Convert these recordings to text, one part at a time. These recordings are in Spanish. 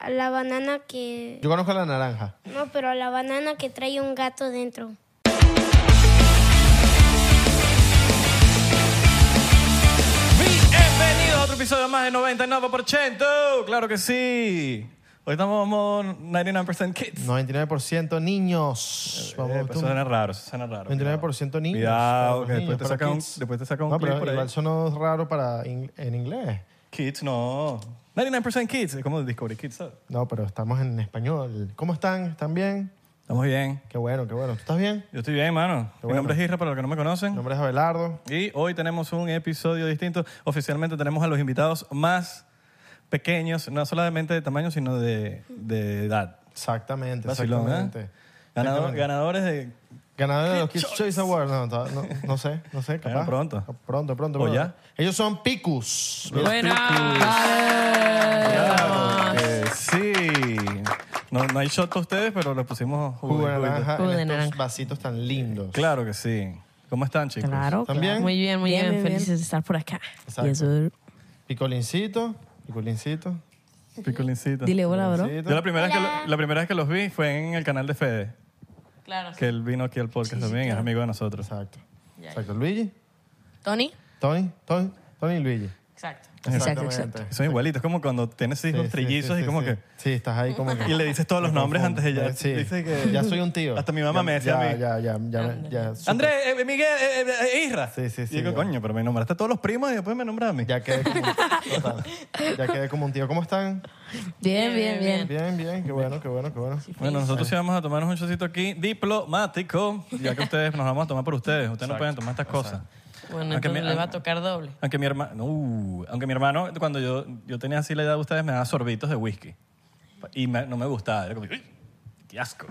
a la banana que... Yo conozco la naranja. No, pero a la banana que trae un gato dentro. Bienvenido a otro episodio más de 99%. Claro que sí. Hoy estamos en modo 99% kids. 99% niños. Eh, Vamos, pero eso tú. suena raro, eso suena raro. 99% niños. Cuidado, Para que después, te los niños, para saca un, kids. después te saca un No, clip pero por ahí. igual sonó raro para in- en inglés. Kids, no. 99% kids, es como Discovery Kids. ¿sabes? No, pero estamos en español. ¿Cómo están? ¿Están bien? Estamos bien. Qué bueno, qué bueno. ¿Tú estás bien? Yo estoy bien, mano. Mi bueno. nombre es Isra, para los que no me conocen. Mi nombre es Abelardo. Y hoy tenemos un episodio distinto. Oficialmente tenemos a los invitados más pequeños, no solamente de tamaño, sino de, de edad. Exactamente, Vacilón, ¿eh? exactamente. Ganado- Exactamente. ganadores de... Ganadores de los Kids Choice. Choice Awards. No, no, no, no sé, no sé, capaz. Bueno, Ah, pronto. Pronto, pronto. O pronto. ya. Ellos son Picus. Claro que sí. No, no hay shot para ustedes, pero les pusimos jugo Jugo de de naranja Jugo de en estos naranja. vasitos tan lindos. Claro que sí. ¿Cómo están, pues, chicos? Claro, ¿Están bien? claro. Muy bien, muy bien. Felices de estar por acá. Exacto. Y eso, Picolincito, picolincito. Picolincito. dile hola, bro. picolincito. Yo la primera, vez que lo- la primera vez que los vi fue en el canal de Fede, Claro. que él vino aquí al podcast también, es amigo de nosotros. Exacto. Exacto. Luigi, Tony. Tony, Tony, Tony y Luigi. Exacto. Exactamente. Son igualitos, como cuando tienes Sí, hijos sí, trillizos sí, y como sí. que... Sí, estás ahí como que. Y le dices todos los nombres antes de ya. Sí. Dice que Ya soy un tío. Hasta mi mamá Ya- me decía a ya, mí. Ya, ya, ya, me- ya. super- Andrés, eh, Miguel, eh, eh, eh, Isra. Sí, sí, sí, Y digo, ya. coño, pero me nombraste a todos los primos y después me nombras a mí. Ya quedé como. total, ya quedé como un tío. ¿Cómo están? Bien, bien, bien. Bien, bien. Qué bueno, qué bueno, qué bueno. Bueno, nosotros sí vamos a tomarnos un shotcito aquí diplomático, ya que ustedes nos vamos a tomar por ustedes. Ustedes no pueden tomar estas cosas. Bueno, Aunque entonces me- ah, le va a tocar doble. Aunque mi hermano, uh, aunque mi hermano, cuando yo, yo tenía así la edad de ustedes, me daba sorbitos de whisky. Y me- no me gustaba. Era como, "Uy, qué asco.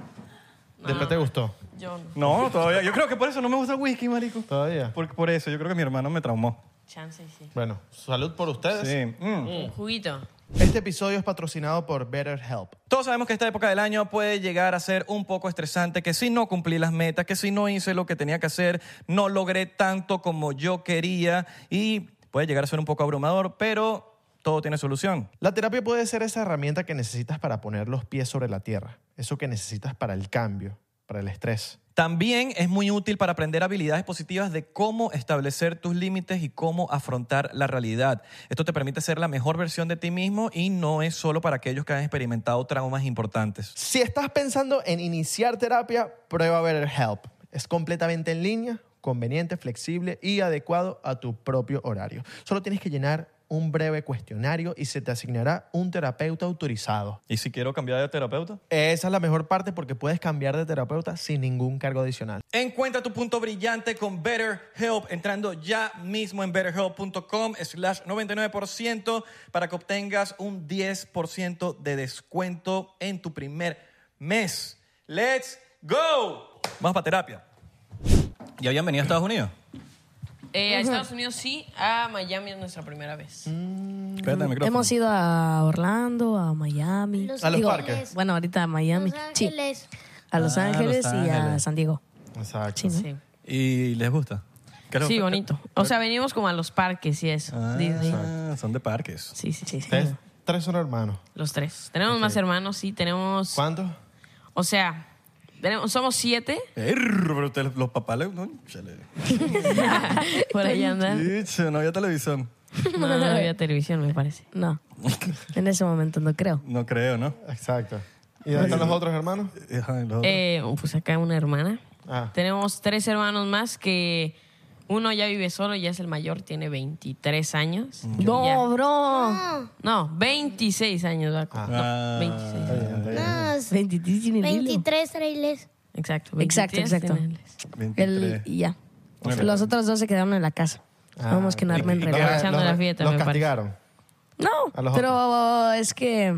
Después te gustó. Yo no. No, todavía. Yo creo que por eso no me gusta el whisky, marico. Todavía. Por, por eso, yo creo que mi hermano me traumó. Chance, sí. Bueno, salud por ustedes. Sí. mm. Un juguito. Este episodio es patrocinado por BetterHelp. Todos sabemos que esta época del año puede llegar a ser un poco estresante, que si no cumplí las metas, que si no hice lo que tenía que hacer, no logré tanto como yo quería y puede llegar a ser un poco abrumador, pero todo tiene solución. La terapia puede ser esa herramienta que necesitas para poner los pies sobre la tierra, eso que necesitas para el cambio, para el estrés. También es muy útil para aprender habilidades positivas de cómo establecer tus límites y cómo afrontar la realidad. Esto te permite ser la mejor versión de ti mismo y no es solo para aquellos que han experimentado traumas importantes. Si estás pensando en iniciar terapia, prueba BetterHelp. Es completamente en línea, conveniente, flexible y adecuado a tu propio horario. Solo tienes que llenar un breve cuestionario y se te asignará un terapeuta autorizado. ¿Y si quiero cambiar de terapeuta? Esa es la mejor parte porque puedes cambiar de terapeuta sin ningún cargo adicional. Encuentra tu punto brillante con BetterHelp entrando ya mismo en betterhelp.com slash 99% para que obtengas un 10% de descuento en tu primer mes. ¡Let's go! Vamos para terapia. ¿Ya habían venido a Estados Unidos? Eh, a Estados Unidos sí, a Miami es nuestra primera vez. Mm, Espérate el micrófono. Hemos ido a Orlando, a Miami. Los A los Ángeles, parques. Bueno, ahorita a Miami. Los Sí. Ángeles. A Los Ah, Los Ángeles y a Ángeles. San Diego. Exacto. Sí, ¿no? Sí. ¿Y les gusta? Creo- Sí, bonito. O sea, venimos como a los parques y eso. Ah, Disney. son de parques. Sí, sí, sí. sí. Ustedes tres son hermanos. Los tres. Tenemos más hermanos, sí, tenemos. ¿Cuántos? O sea, tenemos, somos siete. Err, Pero ustedes, los papás, le- no, chale. Por ahí andan. Ich, no había televisión. No, no había televisión, me parece. No. En ese momento no creo. No creo, ¿no? Exacto. ¿Y dónde están los otros hermanos? Ajá, y los otros. Eh, pues acá una hermana. Ah. Tenemos tres hermanos más que uno ya vive solo, ya es el mayor, tiene 23 años. Mm. No, Ya- bro. No, 26 años, Baco. Ah. No, 26. Más. 23 sin el hilo. 23 trailers. Exacto. Exacto, 23 exacto. tiene él. El, 23. y ya. Bueno. Los otros dos se quedaron en la casa. Vamos a quedarme en Ah, Y- y- relajo. los- Echando los- la fiesta, Los me parece. castigaron. No, A los pero es que...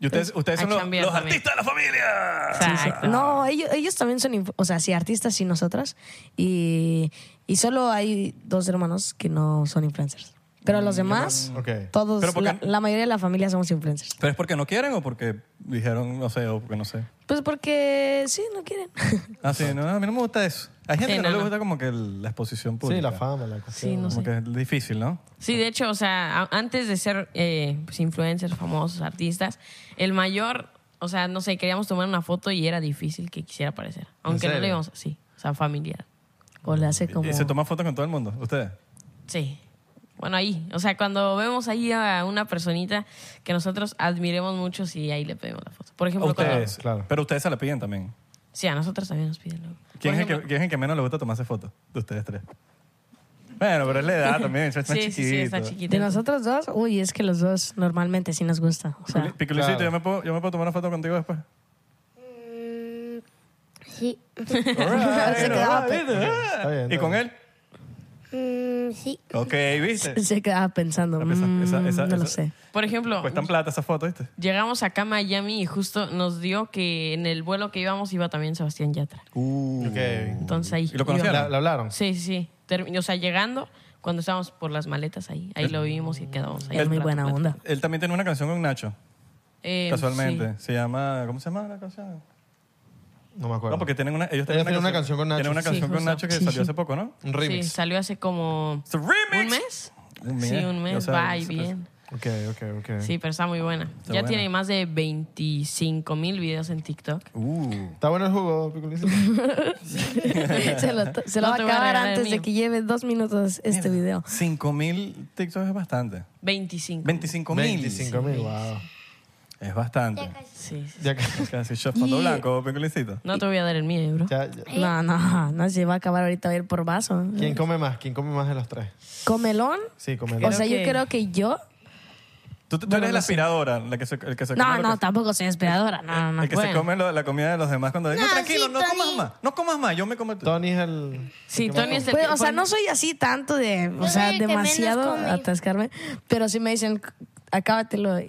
Y ustedes, ustedes a son los, chambear los también. artistas de la familia. Exacto. No, ellos, ellos también son, inf- o sea, sí, artistas y nosotras. Y, y solo hay dos hermanos que no son influencers. Pero los demás, Ok. todos, Mm, Pero porque- la, la mayoría de la familia somos influencers. ¿Pero es porque no quieren o porque dijeron, no sé, o porque no sé? Pues porque sí, no quieren. Ah, sí, no, a mí no me gusta eso. Hay gente Sí, que no, no, le no. gusta como que el- la exposición pública. Sí, la fama, la cuestión. Sí, no Como sé. que es difícil, ¿no? Sí, de hecho, o sea, a- antes de ser eh, pues, influencers, famosos, artistas, el mayor, o sea, no sé, queríamos tomar una foto y era difícil que quisiera aparecer. Aunque no serio? le íbamos, sí, o sea, familiar. O le hace como... Y se toman fotos con todo el mundo, ustedes. Sí. Bueno, ahí, o sea, cuando vemos ahí a una personita que nosotros admiremos mucho, sí, ahí le pedimos la foto. Por ejemplo, cuando- ustedes, claro. Pero ustedes se la piden también. Sí, a nosotros también nos piden luego. ¿Quién Por es, el que, ejemplo- quién es el que menos le gusta tomarse fotos de ustedes tres? Bueno, pero es la edad Ah, también, es más Sí, chiquito. sí, sí, está chiquita. De nosotros dos, uy, es que los dos normalmente sí nos gusta. O sea, Piculicito, Claro. ¿yo, me puedo, ¿yo me puedo tomar una foto contigo después? Mm, Sí. Se quedaba Alright, pe- alright. Está bien, está ¿Y con bien. él? Mm, sí. Ok, ¿viste? Ah, pues, se quedaba pensando, Esa- esa- mm, esa- no lo esa- sé. Por ejemplo, Cuestan plata esas fotos, ¿viste? llegamos acá a Miami y justo nos dio que en el vuelo que íbamos iba también Sebastián Yatra. Uh. Ok. Entonces ahí. Mm. ¿Y lo conocieron? ¿La, la hablaron? Sí, sí, sí. Termi- o sea, llegando, cuando estábamos por las maletas ahí, ahí lo vimos y quedamos ahí. Es muy Plato, buena plato. onda. Él también tiene una canción con Nacho, Eh, casualmente. sí. Se llama... ¿Cómo se llama la canción? No me acuerdo. No, porque tienen una, ellos Ellos tienen una canción con Nacho. Tienen una Sí, canción con justo. Nacho que Sí, salió sí. hace poco, ¿no? Sí, Un remix. salió hace como. It's a remix. ¿Un mes? Un mes. Sí, un mes. O sea, Va y es- bien. Ok, ok, ok. Sí, pero está muy buena. ya buena. tiene más de 25 mil videos en TikTok. Uh. Está bueno el jugo, Piculín. se No lo, se lo va a te voy a acabar regalar el antes de mío. que lleve dos minutos este video. 5 mil TikToks es bastante. 25. 25 mil. 25 mil, wow. Es bastante. Sí, sí. Ya, que- Casi yo fondo Y- blanco, Piculicito. No te voy a dar el mío, eh, bro. ya- ya- No, no, no se va a acabar ahorita a ir por vaso. ¿Quién come más? ¿Quién come más de los tres? ¿Comelón? Sí, come O más. sea, yo que- creo que yo. Tú, tú eres la aspiradora, la que se, el que se No, come lo no, que- tampoco soy esperadora. No, no, el que se bueno. come lo- la comida de los demás cuando dice, no, No, tranquilo, sí, no Tony. comas más, no comas más, yo me como el tuyo. Tony es el... Sí, Tony es el Pues, que- o sea, no soy así tanto de, o Yo sea, soy el que menos demasiado come. atascarme, pero si me dicen, acábatelo,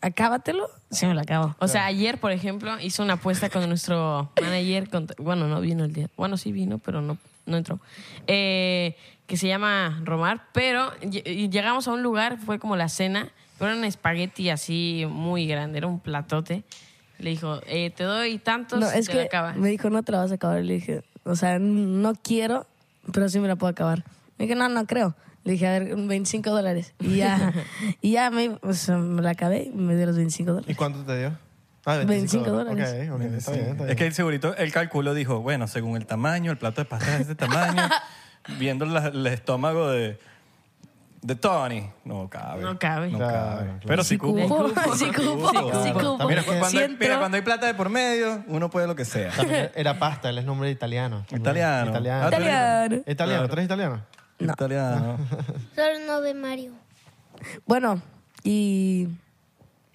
acábatelo, sí me lo acabo. O sea, ayer, por ejemplo, hizo una apuesta con nuestro manager. con- bueno, no vino el día. Bueno, sí vino, pero no, no entró. Eh, que se llama Romar. Pero lle- y llegamos a un lugar, fue como la cena. Pero era un espagueti así muy grande, era un platote. Le dijo, eh, te doy tantos, No, es te lo que acabas. me dijo, no te la vas a acabar. Le dije, o sea, no quiero, pero sí me la puedo acabar. Me dije, no, no creo. Le dije, a ver, 25 dólares. Y ya, y ya me, o sea, me la acabé y me dio los 25 ¿Y dólares. cuánto te dio? Ah, 25 dólares. Ok, ok, está bien, está Es bien. que el segurito, el cálculo dijo, bueno, según el tamaño, el plato de pasta es de este tamaño, viendo la- el estómago de, de Tony, no cabe. No cabe. No Claro, cabe. claro. Pero sí cupo. cupo. Sí cupo, Sí cupo. sí cupo. Mira, cuando hay, Siento- mira, cuando hay plata de por medio, uno puede lo que sea. También era pasta, él es nombre italiano. Italiano. Italiano. Ah, tú eres- Italiano. Italiano, ¿tú eres italiano? Italiano. Solo no ve Mario. Bueno, y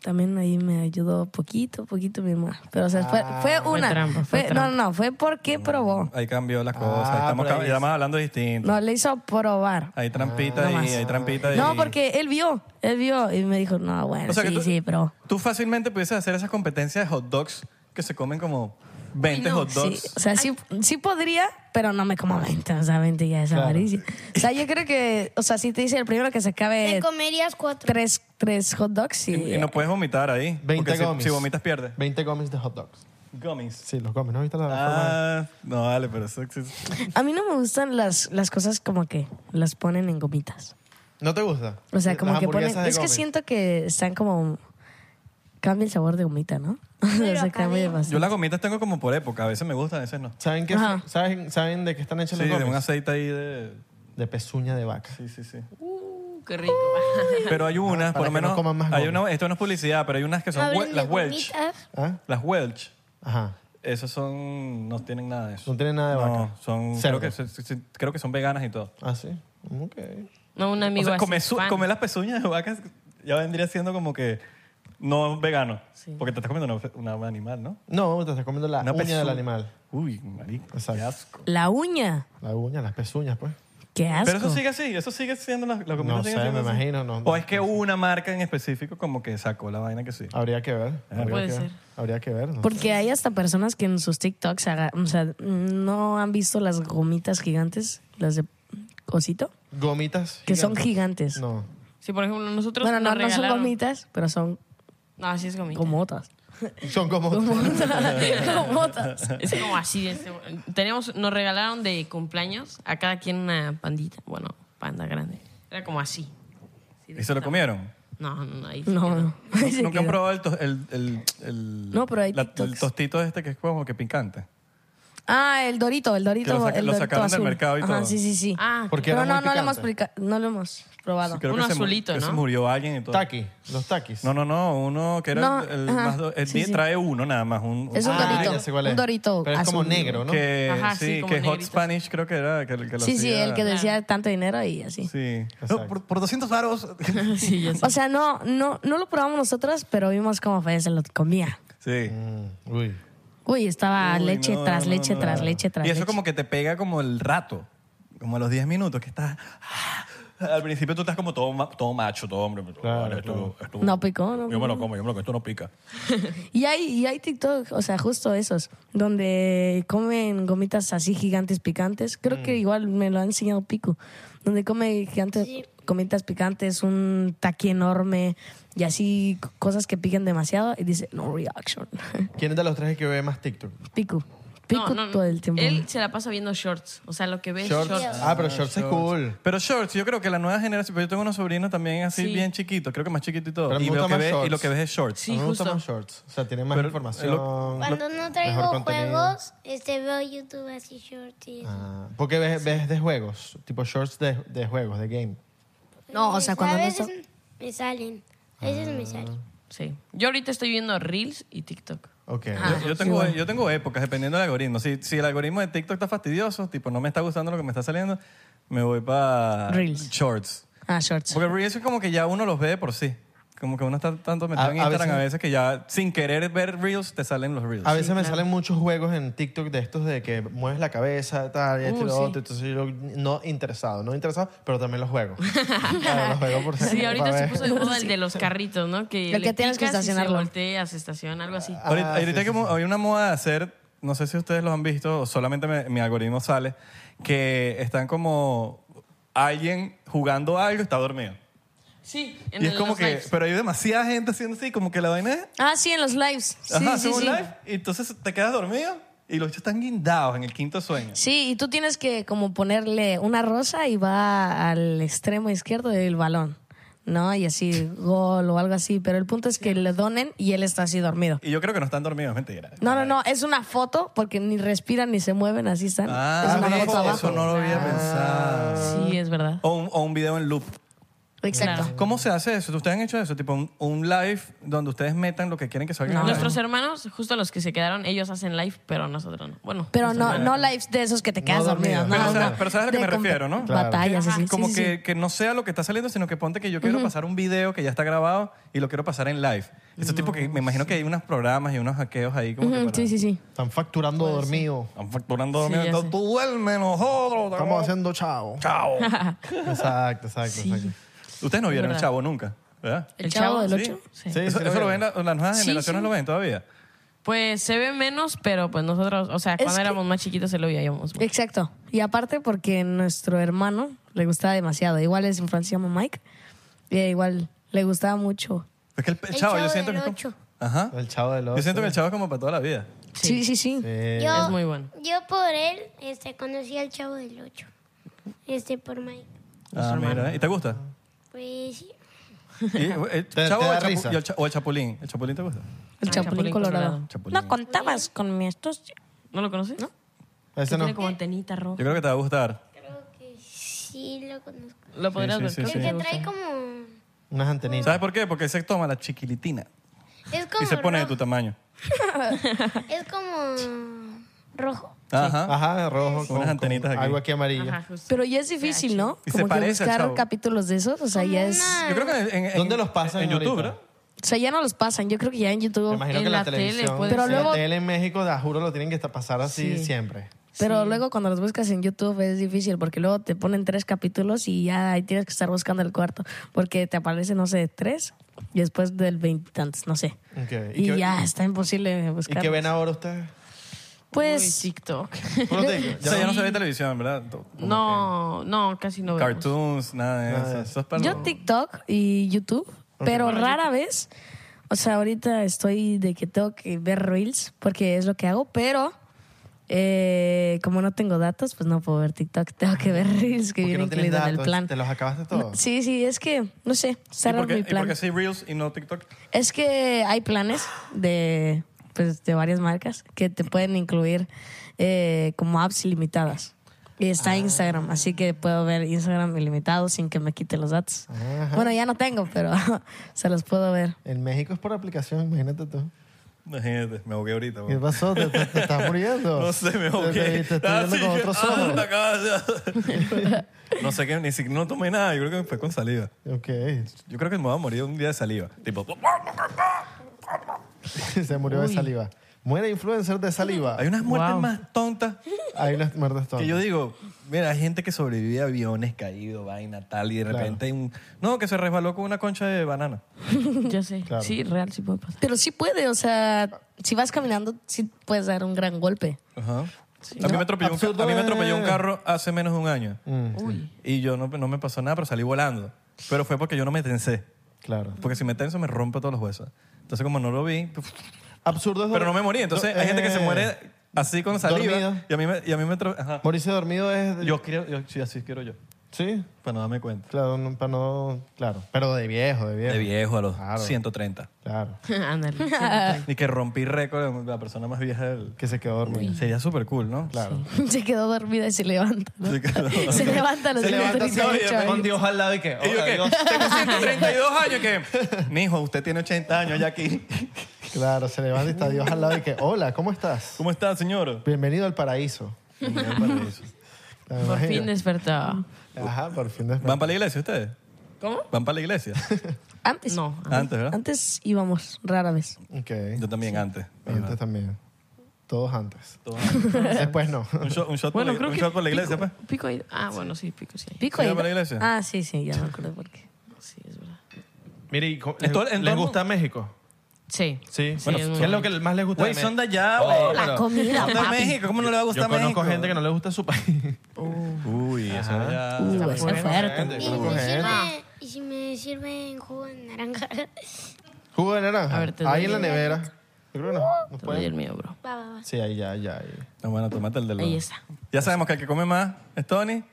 también ahí me ayudó poquito, poquito mi mamá. Pero, o sea, fue, Ah, fue una. trampa, fue Fue- trampa. no, no, no, fue porque probó. Ahí cambió las cosas. Ah, estamos, por ahí cam- es. Ah, estamos hablando distinto. No, le hizo probar. Hay trampita No y más. hay trampita y- No, porque él vio, él vio y me dijo, no, bueno, O sea que sí, tú- sí, pero... Tú fácilmente pudieses hacer esas competencias de hot dogs que se comen como 20 hot dogs. Sí, o sea, sí, sí podría, pero no me como 20, o sea, 20 ya es avaricia. O sea, yo creo que, o sea, si te dice el primero que se Te acabe comerías cuatro. tres, tres hot dogs y... Y, y no puedes vomitar ahí. 20 porque si, gummies. si vomitas, pierdes. 20 gomis de hot dogs. Gummies. Sí, los gomis, ¿no viste la forma? Ah, no, vale, pero eso existe. A mí no me gustan las, las cosas como que las ponen en gomitas. ¿No te gusta? O sea, como Las que ponen... hamburguesas de Es que gomis. siento que están como... Cambia el sabor de gomita, ¿no? o sea, cambia bastante. Yo las gomitas tengo como por época. A veces me gustan, a veces no. ¿Saben, qué, Ajá. ¿saben, ¿Saben de qué están hechas Sí, las de gomis? un aceite ahí de... De pezuña de vaca. Sí, sí, sí. Uh, qué rico. Pero hay unas, para por lo que no menos... coman más hay gomis. una, esto no es publicidad, pero hay unas que son Hablen wel- de las Welch. gomitas. ¿Ah? Las Welch. Ajá. Esas son... No tienen nada de eso. No tienen nada de vaca. No, son... Cerdo. Creo que, se- se- se- creo que son veganas y todo. Ah, sí. Ok. No, un O amigo sea, así, comer, su- fan. comer las pezuñas de vacas ya vendría siendo como que no vegano. Porque te estás comiendo una- una- un animal, ¿no? No, te estás comiendo la Una uña pezu- del animal. Uy, marico, qué Exacto. asco. La uña. La uña, las pezuñas, pues. Qué asco. Pero eso sigue así, eso sigue siendo la, la comida. No sigue sé, siendo me así. imagino, no- o es que hubo una marca en específico como que sacó la vaina que sí. Ah, Habría que ver. Habría Puede que ser. Ver. Habría que ver. ¿no? Porque hay hasta personas que en sus TikToks, haga- o sea, no han visto las gomitas gigantes, las de osito, Gomitas. que son gigantes. No. Sí, por ejemplo, nosotros bueno, no, nos no son regalaron- gomitas, pero son No, sí es gomita. gomotas. Son como. gomotas. Es como así. de este- Teníamos, nos regalaron de cumpleaños a cada quien una pandita. Bueno, panda grande. Era como así. Sí, de ¿Y se lo esta- comieron? No, no, no. ahí sí No, que no. no. Ahí se Nunca han queda. probado el, to- el, el, el- No, pero hay la- el TikToks. tostito este que es como que picante. Ah, el dorito, el dorito. Que lo saca- el lo dorito sacaron del azul. mercado y Ajá, todo. Sí, sí, sí. Ah, Porque pero era no, muy no lo, hemos picante. prica- no lo hemos probado. Creo Uno que se mu- azulito, que ¿no? se murió alguien y todo. Taqui. Los taquis. No, no, no, uno que era No, el, el ajá, más... do- el sí, sí. trae uno nada más. Un, Es un Ah, dorito, ya sé cuál un es. dorito Pero es como azul. negro, ¿no? Que, Ajá, sí, sí, como que Hot negrito. Spanish creo que era que, el que lo Sí, sí, hacía. Ah. el que decía tanto dinero y así. Sí. Exacto. No, por, por 200 varos. sí, ya sé. O sea, no, no, no lo probamos nosotras, pero vimos cómo Fede se lo comía. sí. Mm, uy. Uy, estaba Uy, Ah, leche no, tras no, leche no, tras no. leche tras Y eso leche. como que te pega como el rato, como a los 10 minutos que estás... Al principio tú estás como todo, ma- todo macho, todo hombre. Claro, Esto- esto- No picó, no Yo me lo como, yo me lo como, esto no pica. Y hay, y hay TikTok, o sea, justo esos, donde comen gomitas así gigantes picantes. Creo Mm. que igual me lo ha enseñado Pico. Donde come gigantes, gomitas picantes, un taqui enorme y así c- cosas que pican demasiado. Y dice, no reaction. ¿Quién es de los tres el que ve más TikTok? Pico. Pico No, no, no. todo el tiempo. Él se la pasa viendo shorts. O sea, lo que ve es Shorts. shorts. Ah, pero shorts es cool. Pero shorts, yo creo que la nueva generación, pero yo tengo unos sobrinos también así Sí. bien chiquitos, creo que más chiquito y todo. Pero me y, lo gustan que más ve- y shorts. lo que ves es shorts. Sí, a mí me gustan justo. más shorts. O sea, tienen más Pero, información. eh, lo- Cuando no mejor traigo contenido. juegos, este veo YouTube así short y eso. Ah, porque ves, ves de juegos, tipo shorts de, de juegos, de game. No, o sea, cuando Pues, A no veces está- me salen. A veces Ah. me salen. Sí. Yo ahorita estoy viendo Reels y TikTok. Ok. Ah, Yo, yo tengo, yo tengo épocas dependiendo del algoritmo. Si, si el algoritmo de TikTok está fastidioso, tipo no me está gustando lo que me está saliendo, me voy para Reels. Shorts. Ah, shorts. Porque Reels es como que ya uno los ve de por sí. Como que uno está tanto metido A- en a Instagram a veces- veces que ya sin querer ver Reels te salen los Reels. A veces me salen muchos juegos en TikTok de estos de que mueves la cabeza, tal, y Uh, esto y lo otro. Entonces yo no interesado, no interesado, pero también los juego. Claro, los juego por Sí, para ahorita se ver. puso de moda el de los carritos, ¿no? Que Lo que le tienes que picas y estacionarlo. Se voltea, se estaciona, algo así. Ah, ahorita sí, ahorita sí, que sí. mo- hay una moda de hacer, no sé si ustedes los han visto, o solamente me- mi algoritmo sale, que están como alguien jugando algo y está dormido. Sí, en Y es el- como los que, lives. pero hay demasiada gente haciendo así, como que la vaina es Ah, sí, en los lives. Sí, Ajá, sí, hacemos sí. live y entonces te quedas dormido y los bichos están guindados en el quinto sueño. Sí, y tú tienes que como ponerle una rosa y va al extremo izquierdo del balón. ¿no? Y así, gol o algo así. Pero el punto es que le donen y él está así dormido. Y yo creo que no están dormidos, mentira. No, no, no, es una foto porque ni respiran ni se mueven, así están. Ah, es una ¿ves? foto abajo. eso no lo había pensado. Ah, Sí, es verdad. O un, o un video en loop. Exacto. Claro. ¿Cómo se hace eso? ¿Ustedes han hecho eso? Tipo un, un live donde ustedes metan lo que quieren que salga. en el live? Nuestros hermanos, justo los que se quedaron, ellos hacen live, pero nosotros no. Bueno, Pero no, no lives de esos que te quedas dormido. no, dormido. Pero no. sabes- pero sabes a lo que De me com- refiero, ¿no? Ah, Claro. Batallas, así. Como sí, sí, que, sí. que no sea lo que está saliendo, sino que ponte que yo quiero pasar un video que ya está grabado y lo quiero pasar en live. Esto tipo que Mm. me imagino que hay unos programas y unos hackeos ahí como que Ujú, para- Sí, sí, sí. Están facturando dormido. Están facturando Sí, dormido. ya Entonces, sé. Tú duermes nosotros. Estamos haciendo chavo. Chao. Exacto, exacto, exacto. Ustedes no vieron el verdad. chavo nunca, ¿verdad? ¿El chavo del ocho? Sí. Sí, eso sí, eso lo ven, la- las nuevas Sí, generaciones sí. lo ven todavía. Pues se ve menos, pero pues nosotros, o sea, cuando que- éramos más chiquitos se lo veíamos. mucho. Exacto. Y aparte porque nuestro hermano le gustaba demasiado. Igual es en Francia, se llama Mike. Y igual le gustaba mucho. Es que el, el El chavo, yo Chavo siento que del es como- Ocho. Ajá. El chavo del ocho. Yo siento que el chavo es como para toda la vida. Sí, sí, sí. Eh, Yo- Es muy bueno. Yo por él este, conocí al chavo del 8. Este por Mike. Ah, mira. ¿Y te gusta? Pues sí. ¿Y, eh, el Te- chavo te o da el, chapu- risa. y el cha- o el chapulín? ¿El chapulín te gusta? El Ah, chapulín Chapulín colorado. Colorado. Chapulín. contabas con mi estos. ¿No lo conoces? No. Ah, ese no. Tiene como antenita Yo roja. creo que te va a gustar. Creo que sí lo conozco. Lo podrías sí, sí, ver. sí. creo Que que te trae gusta. como. Unas antenitas. ¿Sabes por qué? Porque se toma la chiquilitina Es como. y se pone de tu rojo. tamaño. Es como. Rojo. Ajá. Ajá, rojo. con- con antenitas aquí. Algo aquí amarillo. Ajá, justo. Pero ya es difícil, ¿no? Y se Como que parece al buscar chavo. capítulos de esos. O sea, ya es. Una- Yo creo que en, en- ¿Dónde los pasan En YouTube, ahorita? ¿verdad? O sea, ya no los pasan. Yo creo que ya en Me YouTube. imagino En que la, la tele televisión. puede Pero sí, ser. La luego- tele en México, te juro, lo tienen que estar- pasar así Sí. siempre. Pero Sí. luego cuando los buscas en YouTube es difícil porque luego te ponen tres capítulos y ya ahí tienes que estar buscando el cuarto. Porque te aparece, no sé, tres y después del veintitantos, no sé. Ok, Y, qué- ya está imposible ¿Y buscar. qué ven ahora ustedes? Pues Uy, TikTok. Puro tic, O ya sea, ya no no- se ve televisión, ¿verdad? To- No, no, casi no vemos. Cartoons, nada de Nada eso. de Eso es para yo los- TikTok y YouTube, pero rara vez. O sea, ahorita estoy de que tengo que ver Reels porque es lo que hago, pero eh, como no tengo datos, pues no puedo ver TikTok. Tengo que ver Reels que ¿Por qué viene no tienen incluido en el datos? plan. ¿Te los acabaste todos? Sí, sí, es que, no sé, ¿Y cerrar por qué- mi y por plan. qué eh, sí Reels y no TikTok? Es que hay planes de, pues, de varias marcas que te pueden incluir eh, como apps ilimitadas. Y está Ah. Instagram, así que puedo ver Instagram ilimitado sin que me quite los datos. Bueno, ya no tengo, pero se los puedo ver. En México es por aplicación, imagínate tú. Imagínate, me ahogué ahorita. ¿Qué güey. pasó? ¿Te, te- te estás muriendo? No sé, me ahogué. Te, te- te estoy Ah, viendo sí, con yo- otros ah, ojos. me acabas de- No sé qué, ni siquiera no tomé nada. Yo creo que fue con saliva. Ok, Yo creo que me voy a morir un día de saliva. Tipo, se murió de saliva. Muere influencer de saliva. hay unas muertes más tontas Hay unas muertes todas. que yo digo, mira, hay gente que sobrevive a aviones caídos, vaina, tal, y de Claro. repente hay un... No, que se resbaló con una concha de banana. Ya sé. Claro. Sí, real, sí puede pasar. Pero sí puede, o sea, si vas caminando, sí puedes dar un gran golpe. Ajá. a, mí me atropelló un ca- Absurdo Mm. a mí me es. atropelló un carro hace menos de un año. Uy. Y yo no, no me pasó nada, pero salí volando. Pero fue porque yo no me tensé. Claro. Porque si me tenso me rompo todos los huesos. Entonces como no lo vi, Absurdo es... pero no me morí. Entonces hay gente que se Eh, muere así con saliva. dormido. Y a mí me... Y a mí me atro- ajá. Morirse dormido es... Yo quiero... Yo, sí, así quiero yo. Sí, Para no darme cuenta. claro, no, para no... Claro, pero de viejo, de viejo. De viejo a los Claro. 130. Claro, Ándale. Y que rompí récord de la persona más vieja del... que se quedó dormido. Sería súper cool, ¿no? Claro. se quedó dormida y se levanta. ¿no? Sí, claro. Se levanta a los Se levanta 38 así, con años. Dios al lado y que... Y yo oh, que adiós. tengo 132 años que... Mijo, usted tiene 80 años ya aquí. Claro, se levanta y está Dios al lado y que... Hola, ¿cómo estás? ¿Cómo está, señor? Bienvenido al paraíso. ¿Te Por imaginas? fin despertado. Ajá, por fin despertó. ¿Van para la iglesia ustedes? ¿Cómo? ¿Van para la iglesia? Antes. No. Antes, ¿verdad? Antes íbamos, rara vez. Ok. Yo también antes. Antes también. Todos antes. Todo antes. Después no. Un shot, un shot por, Bueno, la, creo un que shot por la iglesia, pues. Pico, Pico ha ido. Ah, bueno, sí, Pico sí. ha ido. ¿Pico ¿Se ahí? llama la iglesia? Ah, sí, sí, ya me acuerdo por qué. Sí, es verdad. Mire, ¿y co- En todo- en todo el México? Sí. Sí. Bueno, es muy que más les gusta Güey, de son de México? allá, Oh, güey. pero- La comida, Son de papi. México, ¿cómo no le va a gustar Yo conozco México? gente que no le gusta su país. Uy, eso ya... Uh, eso Bueno, es fuerte. gente, Y, conozco me gente. sirve, y si me sirven jugo de naranja. Jugo de naranja. A ver, te doy ahí en la el- nevera. Yo creo que no. no Te doy puede. el mío, bro. Va, va, va. Sí, ahí, ya, ya. ahí. No, Ah, bueno, tomate el del Ahí está. Ya sabemos que el que come más es Tony.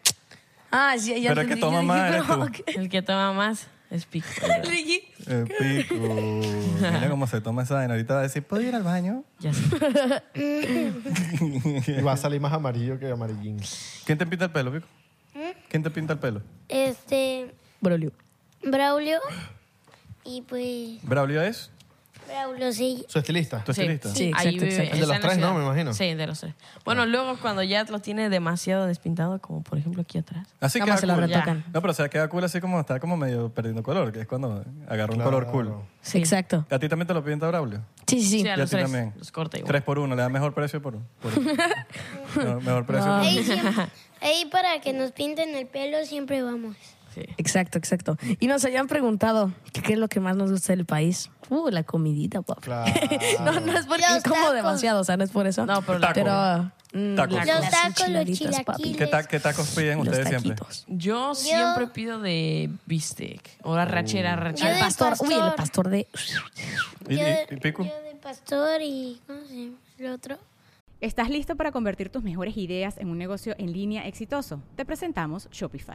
Ah, sí, ya Pero es que entendí. toma Yo dije, más, eres pero, tú. ok. El que toma más Es pico. Ricky. Eh, pico. Mira cómo se toma esa vaina. Ahorita va a decir, ¿puedo ir al baño? Ya sé. Y va a salir más amarillo que amarillín. ¿Quién te pinta el pelo, pico? ¿Quién te pinta el pelo? Este, Brolio. Braulio. Y pues, ¿Braulio es? Braulio sí. ¿Su estilista? ¿Tu estilista? Sí, exacto, ahí vive. exacto. Es de los Está en la tres, ¿no? ciudad. Me imagino. Sí, de los tres. Bueno, luego cuando ya lo tiene demasiado despintado, como por ejemplo aquí atrás. Así Nada queda más se lo cool. retocan. No, pero o sea, queda cool así como está como medio perdiendo color, que es cuando agarra un color cool. Sí. Exacto. ¿A ti también te lo pinta Braulio? Sí, sí, sí. Sí, Y a a los ti tres. también. Los corta igual. Tres por uno, le da mejor precio por uno. Por uno. No, mejor precio por Ahí, siempre- ahí para que nos pinten el pelo siempre vamos. Sí. Exacto, exacto. Y nos habían preguntado que qué es lo que más nos gusta del país. Uh, la comidita, papá. Claro. Ah. No, no es porque Los como tacos. demasiado, o sea, no es por eso. No, pero la- pero mm, Tacos. la- Los las tacos, los enchiladitas, papi. chilaquiles. ¿Qué, ta- qué tacos piden Los ustedes siempre? taquitos. Yo, siempre pido de bistec o la rachera, Uh. Yo rachera. de Pastor, uy, el pastor de ¿Y, y- Yo, de- y pico? yo de pastor y, ¿cómo se llama? El otro. ¿Estás listo para convertir tus mejores ideas en un negocio en línea exitoso? Te presentamos Shopify.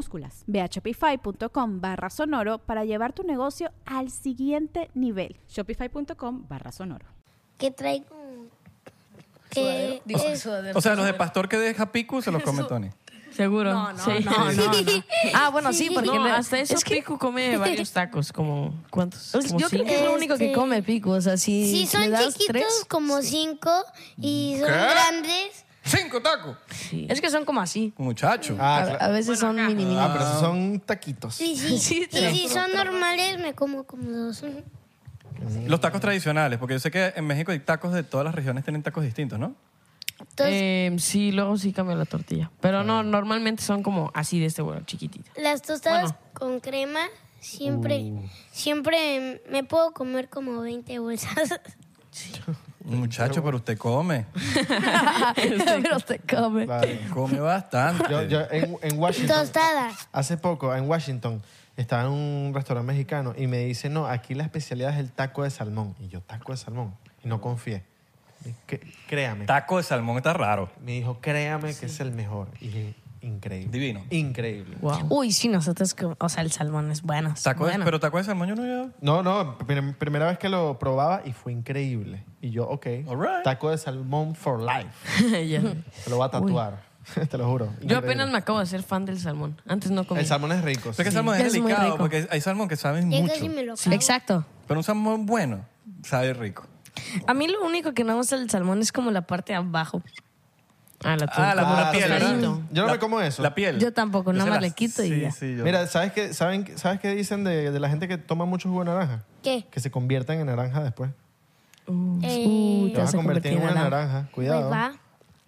Ve a shopify.com barra sonoro para llevar tu negocio al siguiente nivel. Shopify.com barra sonoro. Que trae como... Que es- O sea, los de pastor que deja pico se los come Tony. Seguro. No, no, no, Ah, bueno, sí, porque le- hasta eso es que Pico come varios tacos, como ¿cuántos? es- Como yo creo que es lo único que Este- come Pico, o sea, si, Sí, le son das chiquitos tres, como cinco y son grandes. ¡Cinco tacos! Sí. es que son como así. Muchacho. Ah, A, a claro. veces son mini mini. Ah, pero esos son taquitos. Sí, sí. Sí, y si son normales, me como como dos. Los tacos tradicionales, porque yo sé que en México hay tacos de todas las regiones, tienen tacos distintos, ¿no? Entonces, Eh, sí, luego sí cambia la tortilla. Pero Ah. no, normalmente son como así de este huevo, chiquitita. las tostadas con crema siempre Uh. siempre me puedo comer como 20 bolsas. Muchacho, pero usted come. pero te come. Claro. Come bastante. Yo, yo en, en Washington, Tostadas. hace poco, en Washington, estaba en un restaurante mexicano y me dice, no, aquí la especialidad es el taco de salmón. Y yo, taco de salmón. Y no confié. Que- créame. Taco de salmón está raro. Me dijo, créame que es el mejor. Y dije, increíble. Divino. Increíble. Wow. Uy, sí, nosotros, com- o sea, el salmón es bueno. es Taco de- bueno. pero taco de salmón yo no había... No, no, prim- primera vez que lo probaba y fue increíble. Y yo, ok, Alright. taco de salmón for life. Ya. Te lo voy a tatuar, te lo juro. Yo Increíble. apenas me acabo de ser fan del salmón. Antes no comía. El salmón es rico. Sé que el sí. salmón es, es muy delicado, rico. porque hay salmón que saben Ya mucho. casi me lo Sí, como. Exacto. Pero un salmón bueno sabe rico. A mí lo único que no me gusta del salmón es como la parte de abajo. Ah, la Ah, la, torta. la Ah, piel. ¿verdad? tostadito. Yo no La- me como eso. La piel. Yo tampoco, nada se más la- le quito y sí, ya. sí, yo- Mira, ¿sabes qué, saben, ¿sabes qué dicen de, de la gente que toma mucho jugo de naranja? ¿Qué? Que se conviertan en naranja después. Uh. Eh, Uy, Te vas a convertir en una naranja. Cuidado. ahí va.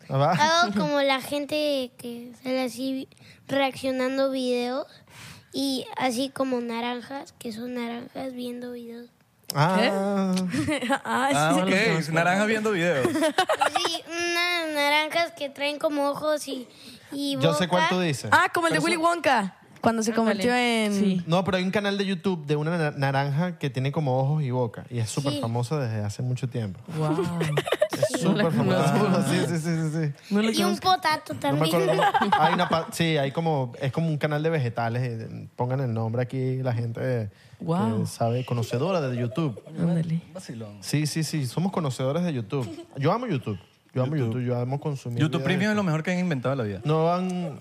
Ah, va. Hago como la gente que sale así reaccionando videos y así como naranjas, que son naranjas viendo videos. Ah, Ah, ok. Naranja viendo videos. Sí, unas naranjas que traen como ojos y, y yo sé cuál boca. tú dices. Ah, como el de Willy Wonka, cuando se convirtió en... Sí. No, pero hay un canal de YouTube de una na- naranja que tiene como ojos y boca. Y es súper Sí. famosa desde hace mucho tiempo. Wow. Es súper famosa. Sí, sí, sí, sí, sí. Y un potato No me también. acuerdo. Hay una pa- sí, hay como, es como un canal de vegetales. eh, Pongan el nombre aquí, la gente eh, que Wow. sabe, conocedora de YouTube. Ándale. Sí, sí, sí, somos conocedores de YouTube. Yo amo YouTube. Yo amo YouTube, yo amo consumir. YouTube videos de- Premium es lo mejor que han inventado en la vida. No han.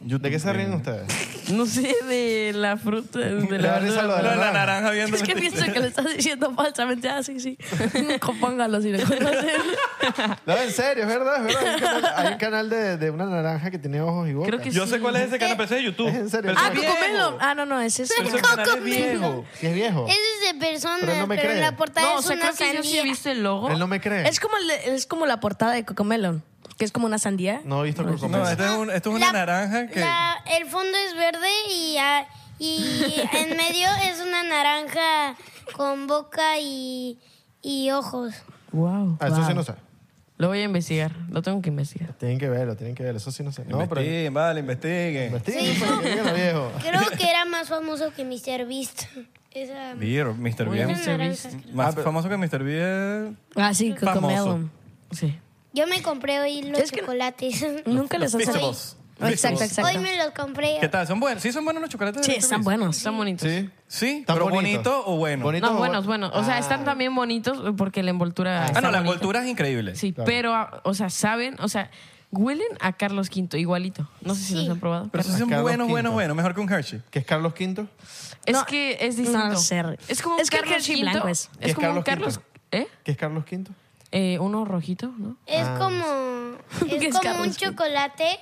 ¿De qué se ríen ustedes? No sé, de la fruta, de la da risa lo de Lo de la naranja. naranja viendo. Es que pienso que le estás diciendo falsamente. Ah, sí, sí. Compóngalo si lo encuentras. No, en serio, es verdad, es verdad. Hay un canal, hay un canal de, de una naranja que tiene ojos y boca. Creo que Yo sí. Eh, sé cuál es ese canal, pero ese es de YouTube. Es en serio. Pero Ah, ese es Cocomelon. viejo. Ah, no, no, ese es. Eh. Pero ese canal es viejo. Sí, es viejo. Ese es de personas, Pero él no pero, me cree. en la portada No, o es sea, una creo que yo sí he sandía. visto el logo. Él no me cree. Es como, el de- es como la portada de Cocomelon, que es como una sandía. No he visto Coco No, esto es, un- esto es una La- naranja que. la- el fondo es verde y, ah, y en medio es una naranja con boca y, y ojos. Wow. Ah, eso sí no sé. Lo voy a investigar. Lo tengo que investigar. Tienen que verlo, tienen que verlo. Eso sí no sé. No, pero... investiguen, vale, investiguen. Investiguen, pues, que digan lo viejo. Creo que era más famoso que Mr. Beast. Esa, Beer, Mr. Oye, Beer. esas Mr. Beast. naranjas. Ah, Más famoso que Mr. Beer. Ah, sí, Cocomelon. Sí. Yo me compré hoy los Es que- chocolates. Nunca les han salido. Pixables. Exacto, exacto. Hoy me los compré. ¿Qué tal? ¿Son buenos? ¿Sí son buenos los chocolates? de Sí, Mr. están Beast? buenos. Están bonitos. Sí. Sí, ¿Están pero bonitos? bonito o bueno. ¿Bonitos No, o buenos, buenos. O sea, Ah. están también bonitos porque la envoltura. Ah, está no, la bonita. envoltura es increíble. Sí, pero, ah, o sea, saben, o sea, huelen a Carlos V igualito. No sé si Sí. los han probado. Pero Carlos- sí son Carlos buenos, V. buenos, buenos. Mejor que un Hershey. ¿Qué es Carlos Ah, V? Es No, que es distinto. no sé. Es como un Es que el Carlos Hershey V. blanco es. ¿Y es Es como un Carlos Carlos. ¿Eh? ¿Qué es Carlos V? Ah. Eh, Uno rojito, ¿no? Es Ah. como, ¿Qué es es como un Carlos? chocolate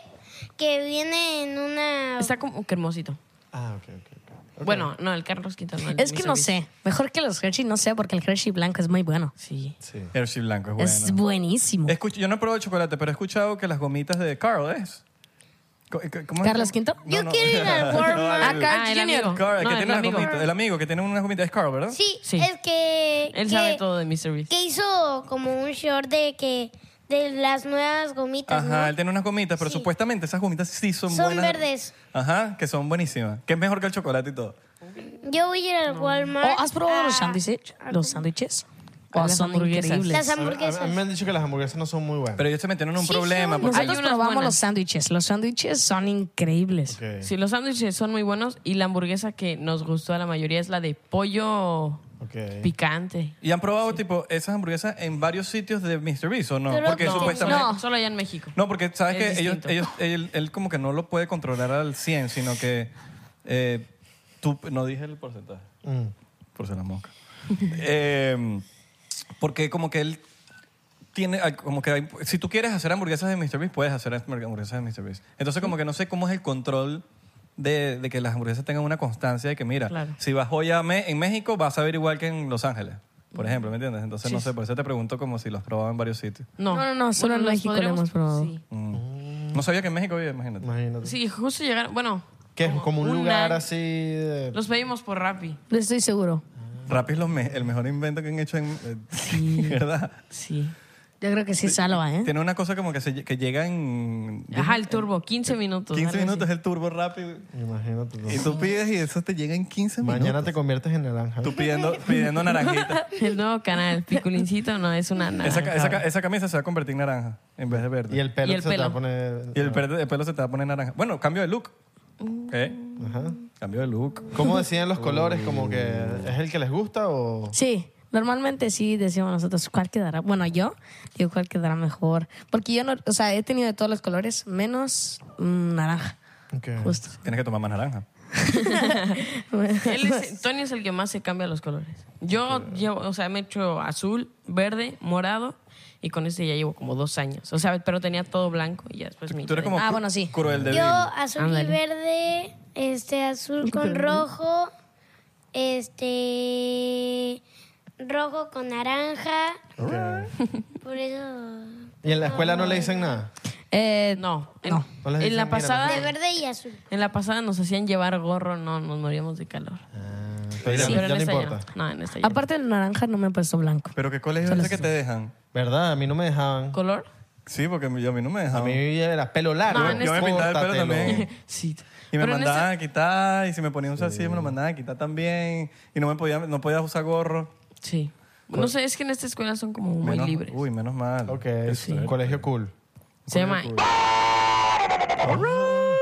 que viene en una... Está como que hermosito. Ah, ok, ok. ok. Bueno, no, el Carlos V no. el Es que Mr. no Beast. sé. Mejor que los Hershey, no sé, porque el Hershey blanco es muy bueno. Sí. Sí. Hershey blanco es Es bueno. buenísimo. Escucho- yo no he probado chocolate, pero he escuchado que las gomitas de Carl es. Co- eh, co- ¿Cómo es? ¿Carlos V? Yo quiero ir al Ah, Walmart. Carl el Jr. amigo. Carl, el No, que el tiene las amigo. gomitas. El amigo que tiene unas gomitas es Carl, ¿verdad? Sí, Sí. es que... Él que- sabe todo de Mr. Beast. que hizo como un short de que de las nuevas gomitas Ajá, ¿no? él tiene unas gomitas, pero Sí. supuestamente esas gomitas sí son, Son buenas. verdes. Ajá, que son buenísimas. Que es mejor que el chocolate y todo. yo voy a ir al Walmart ¿O Oh, ¿Has probado los a- sándwiches? Los sándwiches. A Oh, las son hamburguesas. increíbles. las A mí- hamburguesas A mí me han dicho que las hamburguesas no son muy buenas. Pero ellos se metieron en un problema. porque- Hay Nosotros unas probamos buenas. los sándwiches. Los sándwiches son increíbles. Ok. Sí, los sándwiches son muy buenos y la hamburguesa que nos gustó a la mayoría es la de pollo Ok. picante. Y han probado, tipo, esas hamburguesas en varios sitios de Mr. Beast, ¿o no? Creo porque que No, supuestamente... solo- solo allá en México. No, porque sabes Es que ellos, distinto. ellos, él, él como que no lo puede controlar al 100, sino que eh, tú, no dije el porcentaje, Mm. por ser la mosca. Eh, porque como que él tiene, hay- como que hay- si tú quieres hacer hamburguesas de Mr. Beast, puedes hacer hamburguesas de Mr. Beast. Entonces como que no sé cómo es el control de, de que las hamburguesas tengan una constancia de que, mira, Claro. si vas hoy a Me- en México, vas a ver igual que en Los Ángeles. Por ejemplo, ¿me entiendes? Entonces, no sé, por eso te pregunto como si los probaba en varios sitios. No, No, no, no, solo en los México lo hemos probado. Sí. No sabía que en México había, imagínate. Imagínate. Sí, justo llegaron. Bueno, Que es como un un lugar nugget. así de... los pedimos por Rappi. Lo estoy seguro. Rappi es lo me- el mejor invento que han hecho en... eh, ¿Verdad? Sí. Yo creo que sí salva, ¿eh? Tiene una cosa como que, se lle- que llega en... Ajá, el turbo, 15 minutos. 15 algo así. minutos es el turbo rápido. Imagínate. tú. Y tú pides y eso te llega en 15 Mañana minutos. te conviertes en naranja. Tú pidiendo, pidiendo naranjita. El nuevo canal, Piculincito, no, es una Esa, ca- naranja. esa ca- esa camisa se va a convertir en naranja en vez de verde. Y el pelo Y el se te va a pelo. poner... Y el verde- el pelo se te va a poner naranja. Bueno, cambio de look. ¿Eh? Ajá. Cambio de look. ¿Cómo deciden los colores? ¿Como que es el que les gusta o...? Sí, normalmente sí decimos nosotros cuál quedará. Bueno, yo digo cuál quedará mejor. Porque yo no, o sea, he tenido de todos los colores menos mm, naranja. Ok. Justo. Tienes que tomar más naranja. Él es- Tony es el que más se cambia los colores. Yo llevo, o sea, me he hecho azul, verde, morado y con este ya llevo como dos años. O sea, pero tenía todo blanco y ya después me Tú eres hice como Ah, cru- bueno, sí. cruel de yo azul Ándale. y verde este azul con rojo este rojo con naranja Ok. por eso ¿Y en la escuela no le dicen nada? Eh, de- No, en, No. No les en dicen, la "Mira, pasada de verde y azul en la pasada nos hacían llevar gorro, no, nos moríamos de calor. Ah, pero Sí, ya, pero ya en no esta importa. ya no. No, en esta Ah, ya no. Aparte el naranja no me he puesto blanco. Pero ¿qué colegio es ese que te dejan? ¿Verdad? A mí no me dejaban. ¿Color? Sí, porque a mí a mí no me A dejaban. mí era pelo largo. No, en Yo me pintaba el pelo Córtatelo. también. Sí. Y me Pero en ese- mandaban a quitar, y si me ponía un salsillo me lo mandaban a quitar también, y no me podía, no podía usar gorro. Sí. No sé, es que en esta escuela son como muy Menos- libres. Uy, menos mal. Ok, Qué es un suerte. colegio cool. Se llama... Cool,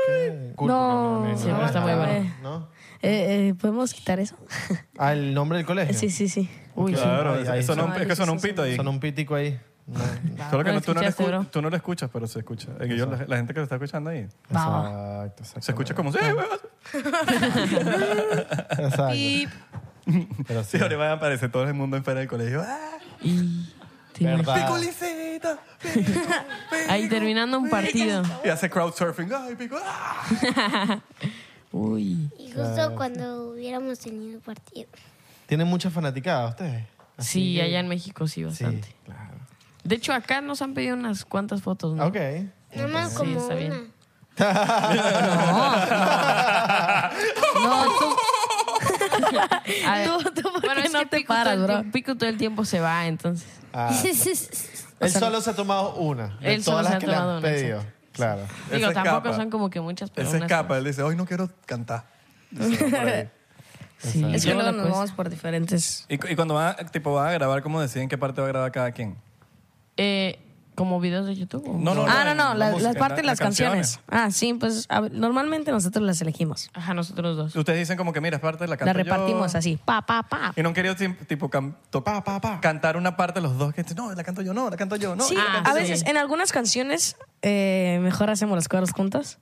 Eh, No, porque sí, pero está muy bueno. Ah, ¿no? Eh, eh, ¿Podemos quitar eso? Ah, el nombre del colegio. sí, sí, sí. Uy, sí. Claro, Ahí- ahí eso no- son- es que son un pito ahí. Son un pítico ahí. No, Solo que No no, lo tú, no lo escuchaste, escu- bro. tú no lo escuchas, pero se escucha. Eh, yo- la, la gente que lo está escuchando ahí Exacto, exacto. se escucha como. "Sí, huevón". Exacto. Pip. Pero Sí, sí. ahora van a aparecer todo el mundo fuera del colegio. ¡Ah! Y- Verdad. ¡Picolicito! Ahí terminando un partido. Y hace crowd surfing. ¡Ay, pico! ¡Ah! Uy. Y Ah, justo cuando hubiéramos tenido partido. ¿Tienen muchas fanaticadas ustedes? Así Sí, que- allá en México sí, Sí, bastante. claro. De hecho, acá nos han pedido unas cuantas fotos. ¿no? Ok. Nada más Sí, como está bien. una. No, tú- A ver, Tú- tú, ¿por bueno, qué es no que te Pico, todo paras, el bro? tiempo, Pico todo el tiempo se va, entonces. Ah, él solo se ha tomado una. De Él solo todas las se ha que le tomado han una, pedido. Claro. Él Digo, se tampoco escapa. son como que muchas, Él pero se unas- pues. escapa. Él dice, hoy no quiero cantar. Sí, Es que luego le luego nos cuesta. vamos por diferentes. Y, cu- y cuando van a, tipo, van a grabar, ¿cómo deciden qué parte va a grabar cada quien? Eh, ¿Como videos de YouTube? o- Ah, no, no, en la- las, música, en partes de en las canciones. Ah, sí, pues a ver, normalmente nosotros las elegimos. Ajá, nosotros dos. Ustedes dicen como que, mira, es parte de la Las canción. repartimos así. Pa, pa, pa. Y no han querido tim- tipo cam- to- cantar una parte los dos que dicen, no, la canto yo, no, la canto yo, no. sí, la ah, canto a yo". veces en algunas canciones eh, mejor hacemos los coros juntas.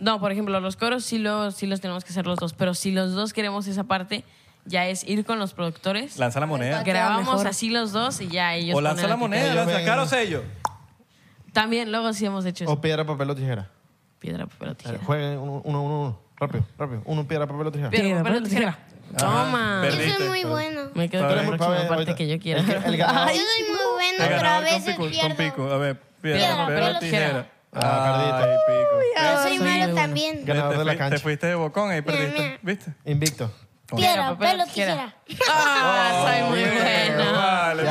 No, por ejemplo, los coros sí los, sí los tenemos que hacer los dos, pero si los dos queremos esa parte, ya es ir con los productores. Lanza la moneda. queda grabamos mejor. así los dos y ya ellos. O lanza ponen la el moneda, ellos lanza ven- caro sello. picadillo. También luego sí hemos hecho eso. O piedra, papel o tijera. Piedra, papel o Eh, tijera. Jueguen uno, uno, uno, uno. Rápido, rápido. Uno, piedra, papel o tijera. Piedra, papel o tijera. Toma. Yo Perdí. soy Perdiste, muy bueno. Me quedo Pero con la muy próxima suave, parte ahorita- que yo quiera. El, que- el ganador- Yo soy muy bueno, El pero a ganador con veces pico, con pico. pierdo. A ver, piedra, Piedra, papel o papel o tijera. tijera. Ah, Ay, pico. Yo soy soy muy malo bueno. también. Ganador Te de la fui- Te cancha. fuiste de bocón ahí perdiste. mira. ¿Viste? Invicto. Piedra, papel o tijera. Ah, soy muy Bien, bueno. Vale,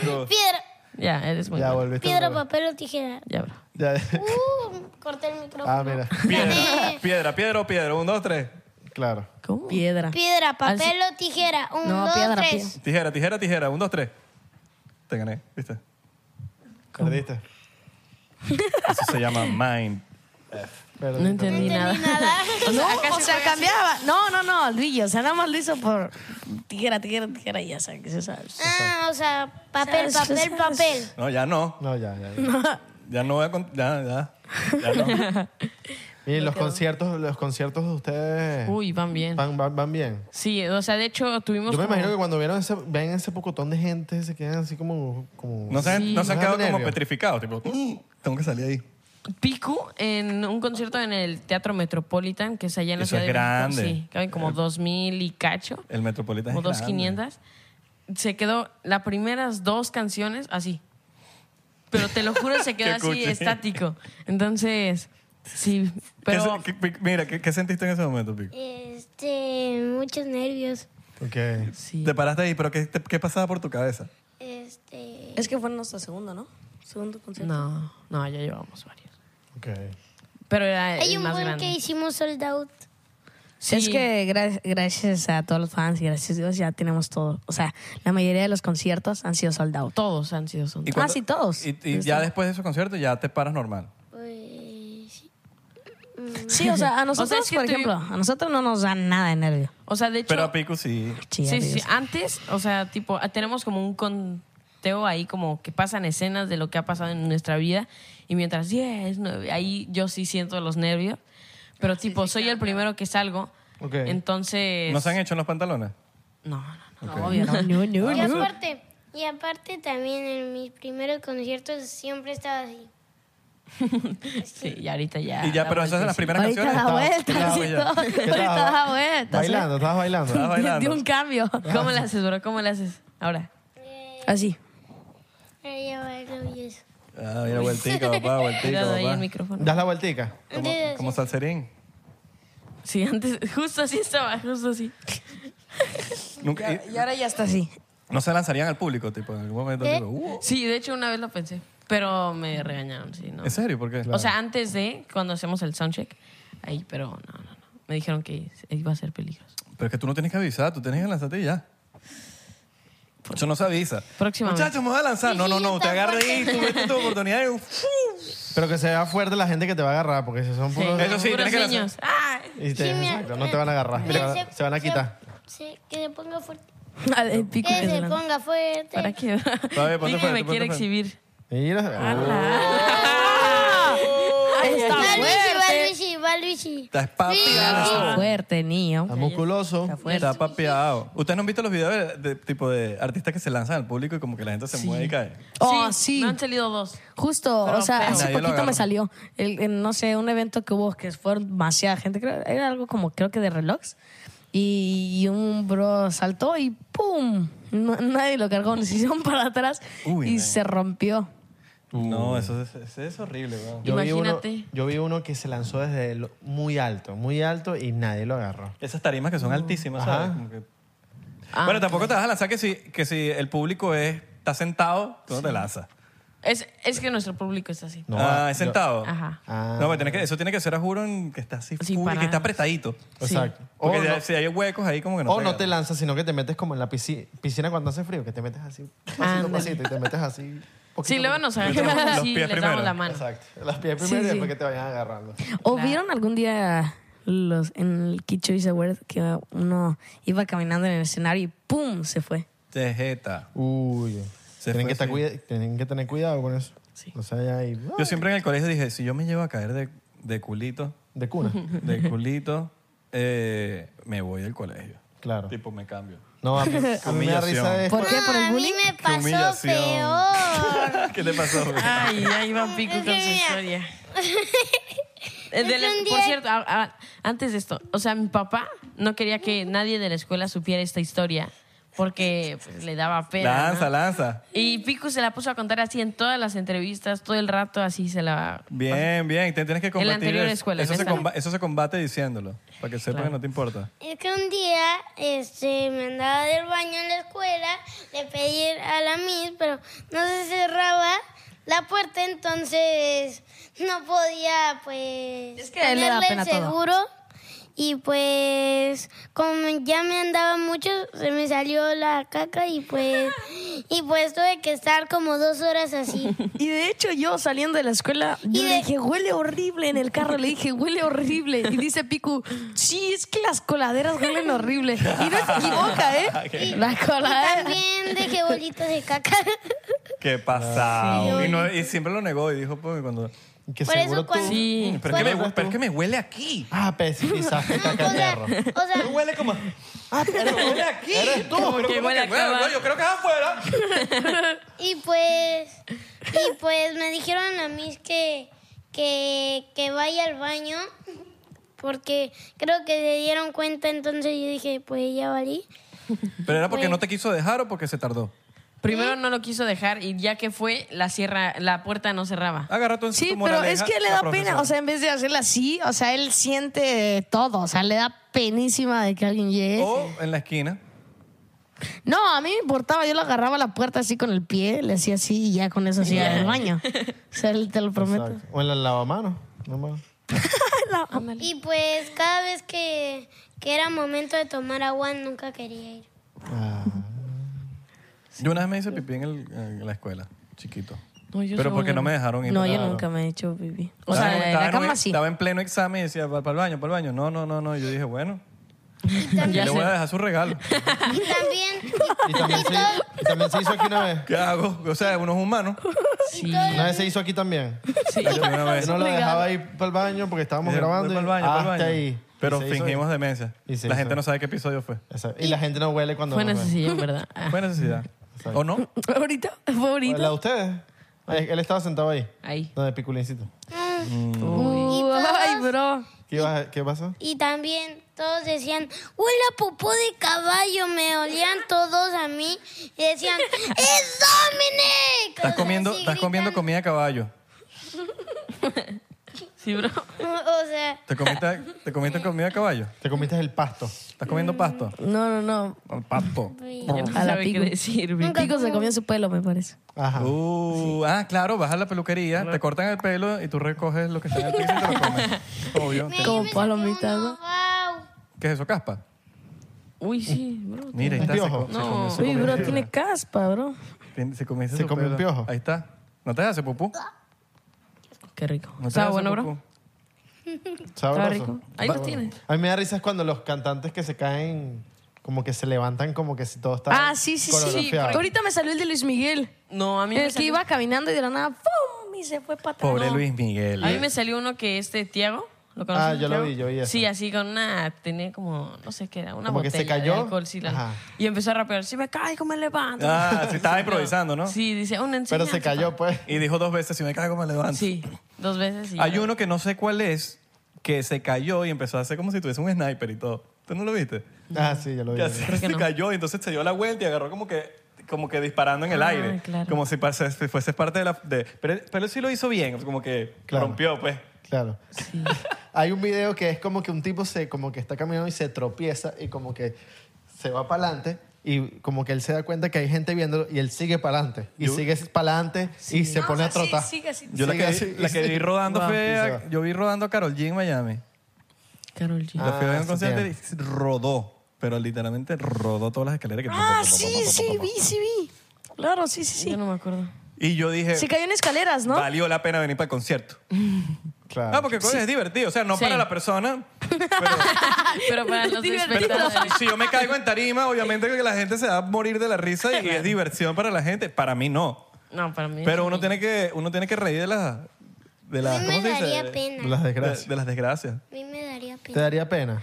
pico. Piedra, Ya, eres muy Ya bueno. volviste. piedra, papel o tijera. Ya, bro. Ya. Uh, corté el micrófono. Ah, mira. Piedra, piedra, piedra o piedra. Un, dos, tres. Claro. ¿Cómo? Piedra. Piedra, papel o tijera. Un, Ah, No, dos, piedra, tres. piedra. Tijera, tijera, tijera. Un, dos, tres. Te gané, ¿viste? Perdiste. Eso se llama mind. Perdiste. No entendí nada. No, o sea, cambiaba. No, no, no, Luigi. O sea, nada más lo hizo por tijera, tijera, tijera y ya sabes que se sabe. Ah, o sea, papel, papel, papel. No, ya no. No, ya, ya. ya. Ya no voy a... con- Ya, ya. Ya no. Miren, los conciertos, los conciertos de ustedes Uy, van bien. van, van, van bien. Sí, o sea, de hecho tuvimos. Yo me como- imagino que cuando vieron ese, ven ese pocotón de gente, se quedan así como... como No se han, no se han Sí. quedado Nervio. como petrificados. Tipo, "Mm, tengo que salir ahí. Pico en un concierto en el Teatro Metropolitan, que es allá en la Eso es ciudad de grande. México. Sí, caben como dos mil y cacho, El Metropolitan como es grande. 2500. Se quedó las primeras dos canciones así. Pero te lo juro, se Qué quedó así cuchi. estático. Entonces, sí, ¿Qué pero se- qué- qué- mira, ¿qué, qué sentiste en ese momento, Pico? Este, muchos nervios. Ok. sí. Te paraste ahí, pero ¿qué, te- qué pasaba por tu cabeza? Este, Es que fue nuestro segundo, ¿no? Segundo concierto. No, no, ya llevamos varios. Ok. Pero era el hay un más buen grande. que hicimos sold out. Sí. Es que gra- gracias a todos los fans y gracias a Dios ya tenemos todo. O sea, la mayoría de los conciertos han sido sold out. Ah, todos han sido son. ¿Y cuando- sí, todos. Y, y ya después de esos conciertos ya te paras normal. Pues, sí. Sí, o sea, a nosotros, es que por tú- ejemplo, a nosotros no nos dan nada de nervio. O sea, de hecho. Pero a Pico sí. Sí, Sí, sí, ah, adiós. Antes, o sea, tipo, ah, tenemos como un conteo ahí, como que pasan escenas de lo que ha pasado en nuestra vida. Y mientras, 10, 9, ahí yo sí siento los nervios. Pero, tipo, soy el primero que salgo. Ok. Entonces. ¿No se han hecho en los pantalones? No, no, no. Obvio, no, no, no, Y no. aparte, y aparte también en mis primeros conciertos siempre estaba así. Sí, y ahorita ya. y ya, la pero esas son las vuelta, primeras Ahorita canciones. da vueltas estabas- y estabas todo. ya- ¿Qué Ahorita tal? da vueltas. Bailando, estabas bailando. estabas De bailando. un cambio. sí. ¿Cómo le haces, bro? ¿Cómo le haces? Ahora. Así. Pero ya bailo y eso. Ah, mira, vueltica, papá, vueltica, Cuidado ahí el papá. micrófono. ¿Das la vueltica? Como, Entonces, como salserín. Sí, antes, justo así estaba, justo así. Nunca, eh, y- Y ahora ya está así. no se lanzarían al público, tipo, en algún momento. ¿Qué? Tipo, uh, ¿Eh? Sí, de hecho, una vez lo pensé. Pero me regañaron, sí, no. ¿En serio? ¿Por qué? O sea, antes de cuando hacemos el soundcheck, ahí, pero no, no, no. Me dijeron que iba a ser peligroso. Pero es que tú no tienes que avisar, tú tienes que lanzarte y ya. Eso no se avisa. Próximamente. Muchachos, me voy a lanzar. No, no, no, te agarra ahí, tú vete tu oportunidad. y- Pero que se vea fuerte la gente que te va a agarrar, porque si son puros... Eso sí, Puros tienes que lanzar. niños. ¡Ah! Y te- Sí, mira, exacto, no te van a agarrar, mira, te van a- se van a quitar. se- que se ponga fuerte. El pico Que que se se lanza. ponga fuerte. ¿Para qué? ponte Dime, frente, ponte me quiere frente. exhibir. Mira. Ay, está Va Luigi, va fuerte. Luigi, va Luigi. Está Está espapeado. fuerte, niño. Está musculoso. Está fuerte. Está papeado. ¿Ustedes no han visto los videos de, de- tipo de artistas que se lanzan al público y como que la gente se mueve y cae? Oh, sí. Me han salido dos. Justo, Pero o sea, feo. hace Nadie lo poquito agarra. me salió, el- en, no sé, un evento que hubo que fue demasiada gente, creo, era algo como, creo que de relojes, y un bro saltó y ¡pum! No- nadie lo cargó, nos hicieron para atrás Uy, y man. se rompió. No, eso es, eso es horrible, weón. Yo vi, uno, Imagínate. yo vi uno que se lanzó desde lo- muy alto, muy alto y nadie lo agarró. Esas tarimas que son altísimas, Ajá. ¿sabes? Como que- Ah. bueno, tampoco te vas a lanzar que si, que si el público es, está sentado, tú no te lanzas. Es, es que nuestro público está así. No, ah, yo- es sentado. Ajá. Ah. No, pero tienes que, eso tiene que ser a juro en que está así, Sí, full, para- que está apretadito. Exacto. O, Porque ya- no, si hay huecos ahí como que no o no agarra. te lanzas, sino que te metes como en la piscina, piscina cuando hace frío, que te metes así, pasito a Ándale. pasito, y te metes así. Sí, poquito a luego poquito. nos agarramos Los así y pies les primero. damos la mano. Exacto. Las pies primero Sí, y sí. después que te vayan agarrando. ¿O vieron algún día los, en el Kicho Choice Award que uno iba caminando en el escenario y ¡pum! se fue? Tejeta. Uy. Se fue, tienen, que estar sí. cuida- tienen que tener cuidado con eso. No se vayan ahí. Yo siempre en el colegio dije, si yo me llevo a caer de, de culito, De cuna. de culito, eh, me voy del colegio. Claro. Tipo, me cambio. No, a mí, a mí me da risa es ¿Por qué? ¿Por Ah, a el mí bullying? me pasó humillación. peor. ¿Qué te pasó? güey? Ay, ahí va Pico con su mira. historia. Eh, de Es la- un por día- cierto, a- a- antes de esto, o sea, mi papá no quería que nadie de la escuela supiera esta historia porque pues, le daba pena. ¿no? lanza, lanza. Y Pico se la puso a contar así en todas las entrevistas, todo el rato así se la... Bien, bien. Te tienes que combatir. anterior eso. escuela, Eso ¿en se, esta? comba- eso se combate diciéndolo. Para que sepa que no te importa. Es que un día este, me andaba del baño en la escuela, le pedí a la Miss, pero no se cerraba la puerta, entonces no podía, pues, Es que a él le da ponerle el pena todo. seguro. Y pues, como ya me andaba mucho, se me salió la caca y pues, y pues tuve que estar como dos horas así. Y de hecho yo saliendo de la escuela, yo de- le dije, huele horrible en el carro, le dije, huele horrible. Y dice Piku, sí, es que las coladeras huelen horrible. Y no se equivoca, ¿eh? Las coladeras. También dejé bolitas de caca. Qué pasado. y, no- y siempre lo negó y dijo, pues, cuando... que Por seguro eso tú... cuando... Sí. Pero es, que me, Bueno, hue- pero es que me huele aquí. Ah, pues pisaste caca O de sea, perro. o sea, Huele como... Ah, pero huele aquí. Eres tú. Pero que ¿cómo huele que a cama. No, yo creo que es afuera. Y pues, y pues me dijeron a mí que, que, que vaya al baño porque creo que se dieron cuenta, entonces yo dije, pues ya valí. Pero era porque no te quiso dejar o porque se tardó. Primero no lo quiso dejar y ya que fue, la, cierra, la puerta no cerraba. Agarra tu Sí, tu pero es moraleja, que le "Ah, la da profesora. pena, o sea, en vez de hacerla así, o sea, él siente todo, o sea, le da penísima de que alguien llegue. O en la esquina. No, a mí me importaba, yo lo agarraba a la puerta así con el pie, le hacía así y ya con eso hacía el baño. O sea, él te lo prometo. Exacto. O en la lavamanos. No más. Y pues cada vez que, que era momento de tomar agua nunca quería ir. Ah. Yo una vez me hice pipí en, el- en la escuela, chiquito. No, yo pero sí, porque bueno. no me dejaron ir. No, yo Claro. nunca me he hecho pipí. O Estaba sea, en- en estaba la en un- cama sí. Estaba en pleno examen y decía, para el baño, para el baño. No, no, no, no. Y yo dije, bueno, yo le voy a dejar su regalo. Y también, Y también, se, y también se hizo aquí una vez. ¿Qué hago? O sea, uno es humano. Una vez se hizo aquí también. La primera Yo vez. no lo dejaba ir para el baño porque estábamos Dije, grabando. voy pa'l y- Eh, baño, pa'l hasta baño. ahí. Pero Y se hizo- fingimos demencia. Y se La hizo. gente no sabe qué episodio fue. Exacto. Y la gente no huele cuando Fue no huele. necesidad, ¿verdad? Ah, Fue necesidad. Exacto. ¿O no? Ahorita, fue ahorita. ¿La de ustedes? Ay, Él estaba sentado ahí. ahí. Donde piculincito. Mm. Uh, todos? ay, bro. ¿Qué, ibas a- qué pasó? y también todos decían, huele a popó de caballo, me olían todos a mí y decían, ¡Es Dominic! Estás O sea, comiendo, así estás comiendo gritan. comida de caballo. Sí, bro. O sea, ¿Te comiste, te comiste comida de caballo? Te comiste el pasto. Mm. ¿Estás comiendo pasto? No, no, no. Pasto. Ya no A la sabe qué pico. decir, Vicky. Nunca Pico se comió su pelo, me parece. Ajá. Uh, Ah, claro, vas a la peluquería, te cortan el pelo y tú recoges lo que está en el piso y te lo comes. Obvio. me- Como me saqué palomita, uno, ¿no? guau. ¿Qué es eso, caspa? Uy, sí, bro. Mira, ahí está. Se, piojo. co- se comió, se Uy, comió. bro, tiene caspa, bro. Tiene- se comió, ese Se su comió pelo. un piojo. Ahí está. ¿No te hace pupú? Qué rico. ¿No te ¿Estaba hace bueno, pupú? bro? Estaba Sabroso. rico. Ahí lo tienes. A mí me da risa es cuando los cantantes que se caen, como que se levantan, como que si todo está Ah, sí, sí, sí. coreografiado. Ahorita me salió el de Luis Miguel. No, a mí me El que salió, iba caminando y de la nada, ¡pum! Y se fue para atrás. Pobre No. Luis Miguel. a mí me salió uno que este Tiago. ¿Lo conoces? Ah, yo lo Tiago? vi, yo vi eso. Sí, así con una. Tenía como. No sé qué era. Una Como que botella se cayó. de alcohol. sí, la- Ajá. y empezó a rapear. Si me caigo, me levanto. Ah, sí, estaba improvisando, ¿no? Sí, dice una Pero enseñanza. se cayó, pues. Y dijo dos veces, si me cago me levanto. Sí, dos veces. y Hay ya. uno que no sé cuál es, que se cayó y empezó a hacer como si tuviese un sniper y todo. ¿Tú no lo viste? Ah, sí, yo lo vi. Que así Creo que se no. cayó y entonces se dio la vuelta y agarró como que como que disparando en el Ah, aire. claro. Como si par- si fuese parte de la... de- pero, pero él sí lo hizo bien, como que Claro. rompió, pues. Claro. Hay un video que es como que un tipo se, como que está caminando y se tropieza y como que se va para adelante y como que él se da cuenta que hay gente viéndolo y él sigue para adelante y Yo- sigue para adelante y se Ah, pone a sí, trotar. sigue así. Yo la Sí, que, así, la que sí. vi rodando Wow. fue... Y se a- va. yo vi rodando a Carol G en Miami. Karol G. Ah, la fui a ver en un sí, concierto tiene. y rodó. Pero literalmente rodó todas las escaleras que... Ah, sí, sí, vi, sí, vi. Claro, sí, sí, Yo sí. no me acuerdo. Y yo dije... Se cayó en escaleras, ¿no? Valió la pena venir para el concierto. Claro. No, porque coño, es divertido. O sea, no Sí. para la persona, pero... Pero para los Pero espectadores. si yo me caigo en tarima, obviamente que la gente se va a morir de la risa y es diversión para la gente. Para mí no. No, para mí. Pero sí. uno tiene que, uno tiene que reír de las... De las mí ¿Cómo me se dice? daría De- pena. Las De, desgracias. de las desgracias. A mí me daría ¿Te pena. daría pena?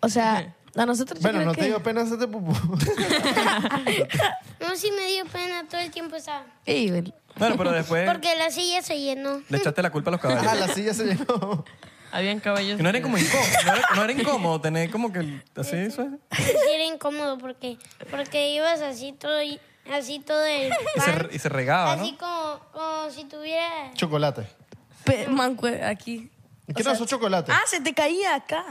O sea, a nosotros yo Bueno, creo no que... te dio pena hacerte pupú. No, sí me dio pena todo el tiempo estaba. Ey, güey. Bueno, pero después Porque la silla se llenó. le echaste la culpa a los caballos. ah, la silla se llenó. Habían Y caballos. No era como incómodo, no era, no era incómodo tener como que el- así eso. Sí era incómodo porque, porque ibas así todo, y- así todo el Y se, pan, re- y se regaba, ¿no? así como, como si tuviera... Chocolate. Pe- mancue- aquí. ¿Qué no es chocolate? Ah, se te caía acá.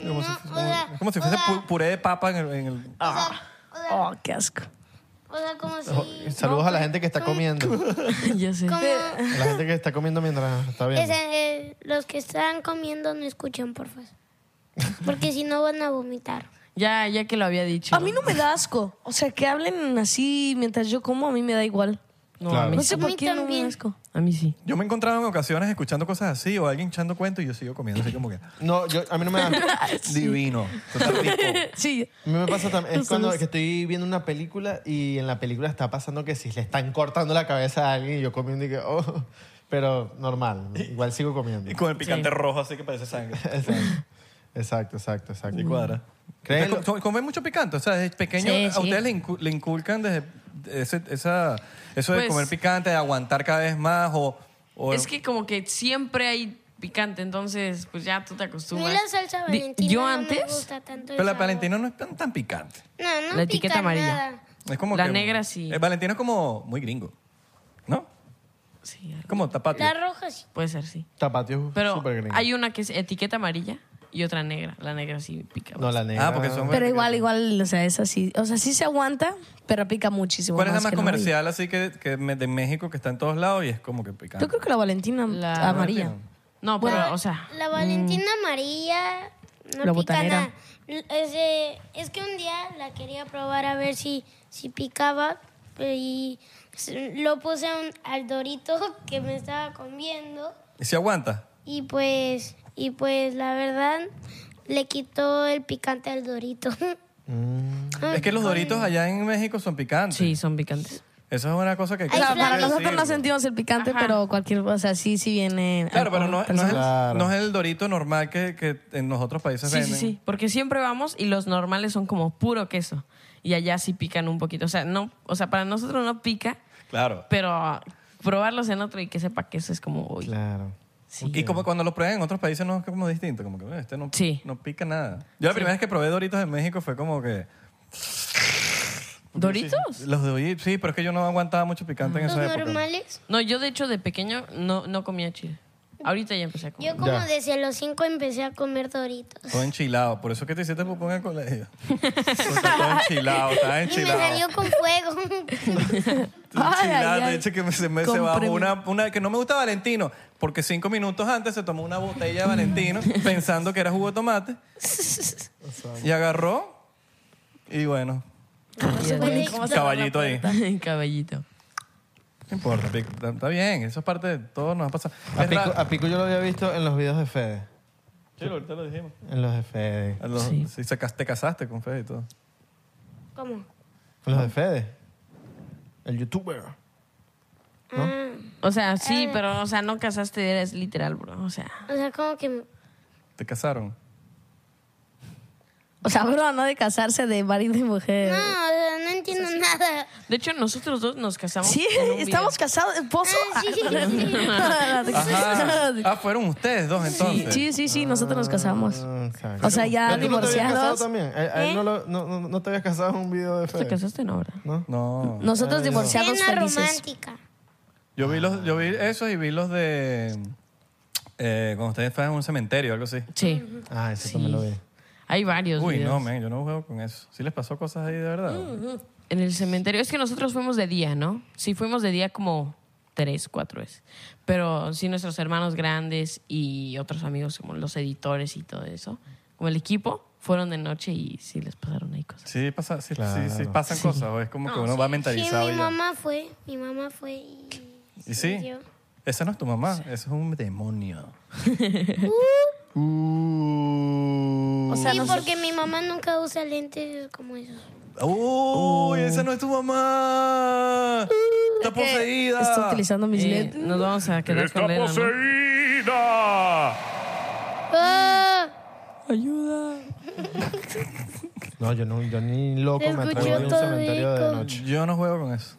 No, o sea, Como si o fuese sea, pu- puré de papa en el, en el- o sea, o sea, Oh, qué asco. o sea, como si... Saludos a la gente que está comiendo. ya sé. Como A la gente que está comiendo mientras está viendo. ese, eh, los que están comiendo no escuchan, por favor. Porque si no van a vomitar. Ya, Ah, ya que lo había dicho. A mí no me da asco. O sea, que hablen así mientras yo como, a mí me da igual. No, Claro. a mí No sí. sé A por mí qué no me también. da asco. A mí sí. Yo me he encontrado en ocasiones escuchando cosas así o alguien echando cuentos y yo sigo comiendo así como que No, yo, a mí no me da. A divino, esto Pues está rico. Sí. mí me pasa también. Es cuando que estoy viendo una película y en la película está pasando que si le están cortando la cabeza a alguien y yo comiendo y que, oh, pero normal. Igual sigo comiendo. Y con el picante rojo, así que parece sangre. Exacto, exacto, exacto. exacto. Y cuadra. ¿Creen lo- Ustedes co- comen mucho picante, o sea, desde pequeño Sí, a sí. ustedes le, incu- le inculcan desde ese- esa, eso de Pues- comer picante, de aguantar cada vez más o... o- Es que como que siempre hay picante, entonces pues ya tú te A mí acostumbras. la salsa Di- valentina Yo no me antes, gusta tanto el pero la sabor. Valentina no es tan, tan picante. No, no La etiqueta pica amarilla. nada. Es como La que- negra sí. El Valentino es como muy gringo, ¿no? sí, Como tapatio. La roja sí. puede ser, sí. Tapatio Pero super gringo. hay una que es etiqueta amarilla y otra negra. La negra sí pica. No, la negra. Ah, porque son- Pero igual, igual, o sea, es así. O sea, sí se aguanta, pero pica muchísimo. ¿Cuál es la más que comercial así que, que me- de México que está en todos lados y es como que amarilla. picante? Yo creo que la Valentina La- amarilla. No, pero, Ah, o sea, mm. La Valentina amarilla no La pica botanera. nada. L- ese- es que un día la quería probar a ver si, si picaba pero y s- lo puse a un- al dorito que me estaba comiendo ¿Y si aguanta? y pues y pues la verdad le quitó el picante al dorito. Ah, Es que los doritos allá en México son picantes. sí, son picantes. Eso es una cosa que... O sea, para Sí, nosotros no sí. sentimos el picante, pero cualquier, o sea, sí, sí viene. Claro, pero alcohol, no, no es, el, personas. Claro. no es el dorito normal que, que en los otros países Sí, sí, venden. sí. Porque siempre vamos y los normales son como puro queso. Y allá sí pican un poquito. O sea, no, o sea, para nosotros no pica, Claro. pero probarlos en otro y que sepa queso es como, uy, Claro. Y como cuando lo prueban en otros países no es como distinto, como que bueno, este no, Sí. no pica nada. Yo la primera vez que probé Doritos en México fue como que ¿Doritos? los Doritos, sí, pero es que yo no aguantaba mucho picante en Los esa época. normales No, yo de hecho de pequeño no, no comía chile. Ahorita ya empecé a comer. yo como desde los cinco empecé a comer doritos. Todo enchilado, por eso es que te hiciste pupú en el colegio. Estaba todo Pues enchilado, estaba Y me enchilado. salió con fuego. Todo Ay, enchilado, ay, ay. de hecho que me, se, me- se Con bajó premio. una, una que no me gusta Valentino, porque cinco minutos antes se tomó una botella de Valentino pensando que era jugo de tomate y agarró y bueno, caballito ahí. Caballito. No importa, Pico, está- está bien, eso es parte de todo, nos ha pasado. A Es Pico, raro. a Pico yo lo había visto en los videos de Fede. Sí, ahorita lo dijimos. En los de Fede. Sí. Si se cas- te casaste con Fede y todo. ¿Cómo? En los de Fede. El youtuber. O sea, sí, pero, o sea, no casaste, eres literal, bro. O sea, O sea, como que ¿Te casaron? O sea, bro, no de casarse de marido y mujer. No, o sea, no entiendo nada. de hecho, nosotros dos nos casamos. Sí, en un estamos casados, esposo. Ah, sí, sí, sí. Ajá. Ah, fueron ustedes dos Sí, entonces. sí, sí, sí, nosotros nos casamos. Ah, O sea, ya ¿Pero tú no te habías casado divorciados. ¿Eh? también? A- a él no, lo- no, no, no te habías casado en un video de video. ¿Te Fede. casaste? No, ¿verdad? ¿No? No. Nosotros divorciados Cena felices. romántica. Yo vi los, yo vi esos y vi los de eh, cuando ustedes estaban en un cementerio o algo así. Sí. Ah, eso también lo vi. Hay varios. Uy, videos. no, man, yo no juego con eso. ¿Sí les pasó cosas ahí de verdad? Mm. En el cementerio. Es que nosotros fuimos de día, ¿no? Sí, fuimos de día como tres, cuatro veces. Pero sí, nuestros hermanos grandes y otros amigos, como los editores y todo eso, como el equipo, fueron de noche y sí les pasaron ahí cosas. Sí, pasa, sí, Claro. sí, sí pasan cosas. O es como que uno va Sí, mentalizado. mi y ya. mamá fue, mi mamá fue y... ¿Y sí? yo. Esa no es tu mamá, eso es un demonio. O sea, Sí, nos- porque mi mamá nunca usa lentes como esos. ¡Uy! ¡Esa no es tu mamá! ¡Está poseída! Está utilizando mis Eh, lentes. nos vamos a quedar con Lena, ¿no? ¡Ah! No, yo, no, yo ni loco Te me escuchó atrevo a ir a un todo cementerio de rico. noche. Yo no juego con eso.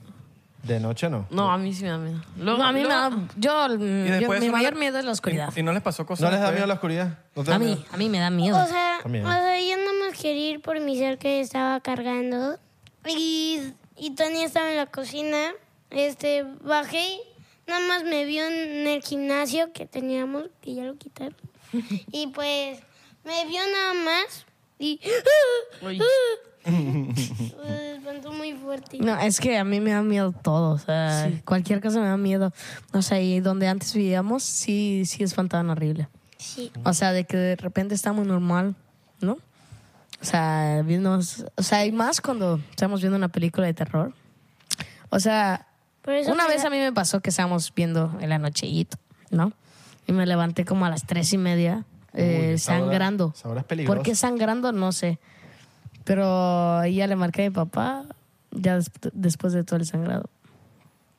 De noche no. No, a mí sí me da miedo. Luego- No, a mí me luego- da. Yo, Y yo- después mi uno mayor le- miedo es la oscuridad. ¿Y, y no les pasó cosas? ¿No les da después? miedo la oscuridad? ¿No te da A mí, miedo? a mí me da miedo. O sea, o También. sea, yo no me quería ir por mi ser que estaba cargando. Y, y Tony estaba en la cocina. Este, bajé y nada más me vio en el gimnasio que teníamos, que ya lo quitaron. Y pues me vio nada más y... Pues, Uy. Me espantó muy fuerte. No, es que a mí me da miedo todo, o sea, cualquier cosa me da miedo. O sea, y donde antes vivíamos, sí, sí espantaban horrible. Sí. O sea, de que de repente está muy normal, ¿no? O sea, vimos, o sea, y más cuando estamos viendo una película de terror. O sea, Por eso una me vez da- a mí me pasó que estábamos viendo en la noche It, ¿no? Y me levanté como a las tres y media eh, Uy, esa hora- sangrando. esa hora es peligrosa. ¿Por qué sangrando? No sé. Pero ya le marqué a mi papá ya des- después de todo el sangrado.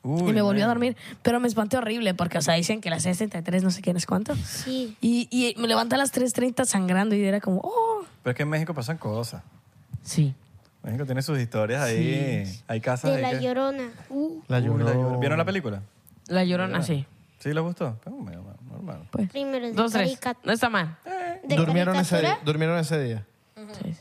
Uy, y me volvió a man. dormir. Pero me espanté horrible porque, o sea, dicen que las 63 no sé quién es cuánto. Sí. Y, y me levanté a las 3.30 sangrando y era como, oh, Pero es que en México pasan cosas. Sí. México tiene sus historias ahí. Hay casas De ahí la que- llorona. Uh, La Uy, la lloró. lloró. ¿Vieron la película? La llorona, sí. ¿Sí les gustó? Pero, bueno, bueno, normal. pues, primero de Ah. Dos, tres. carica- No está mal. de ¿Durmieron ese, caricatura. día? ¿Durmieron ese día?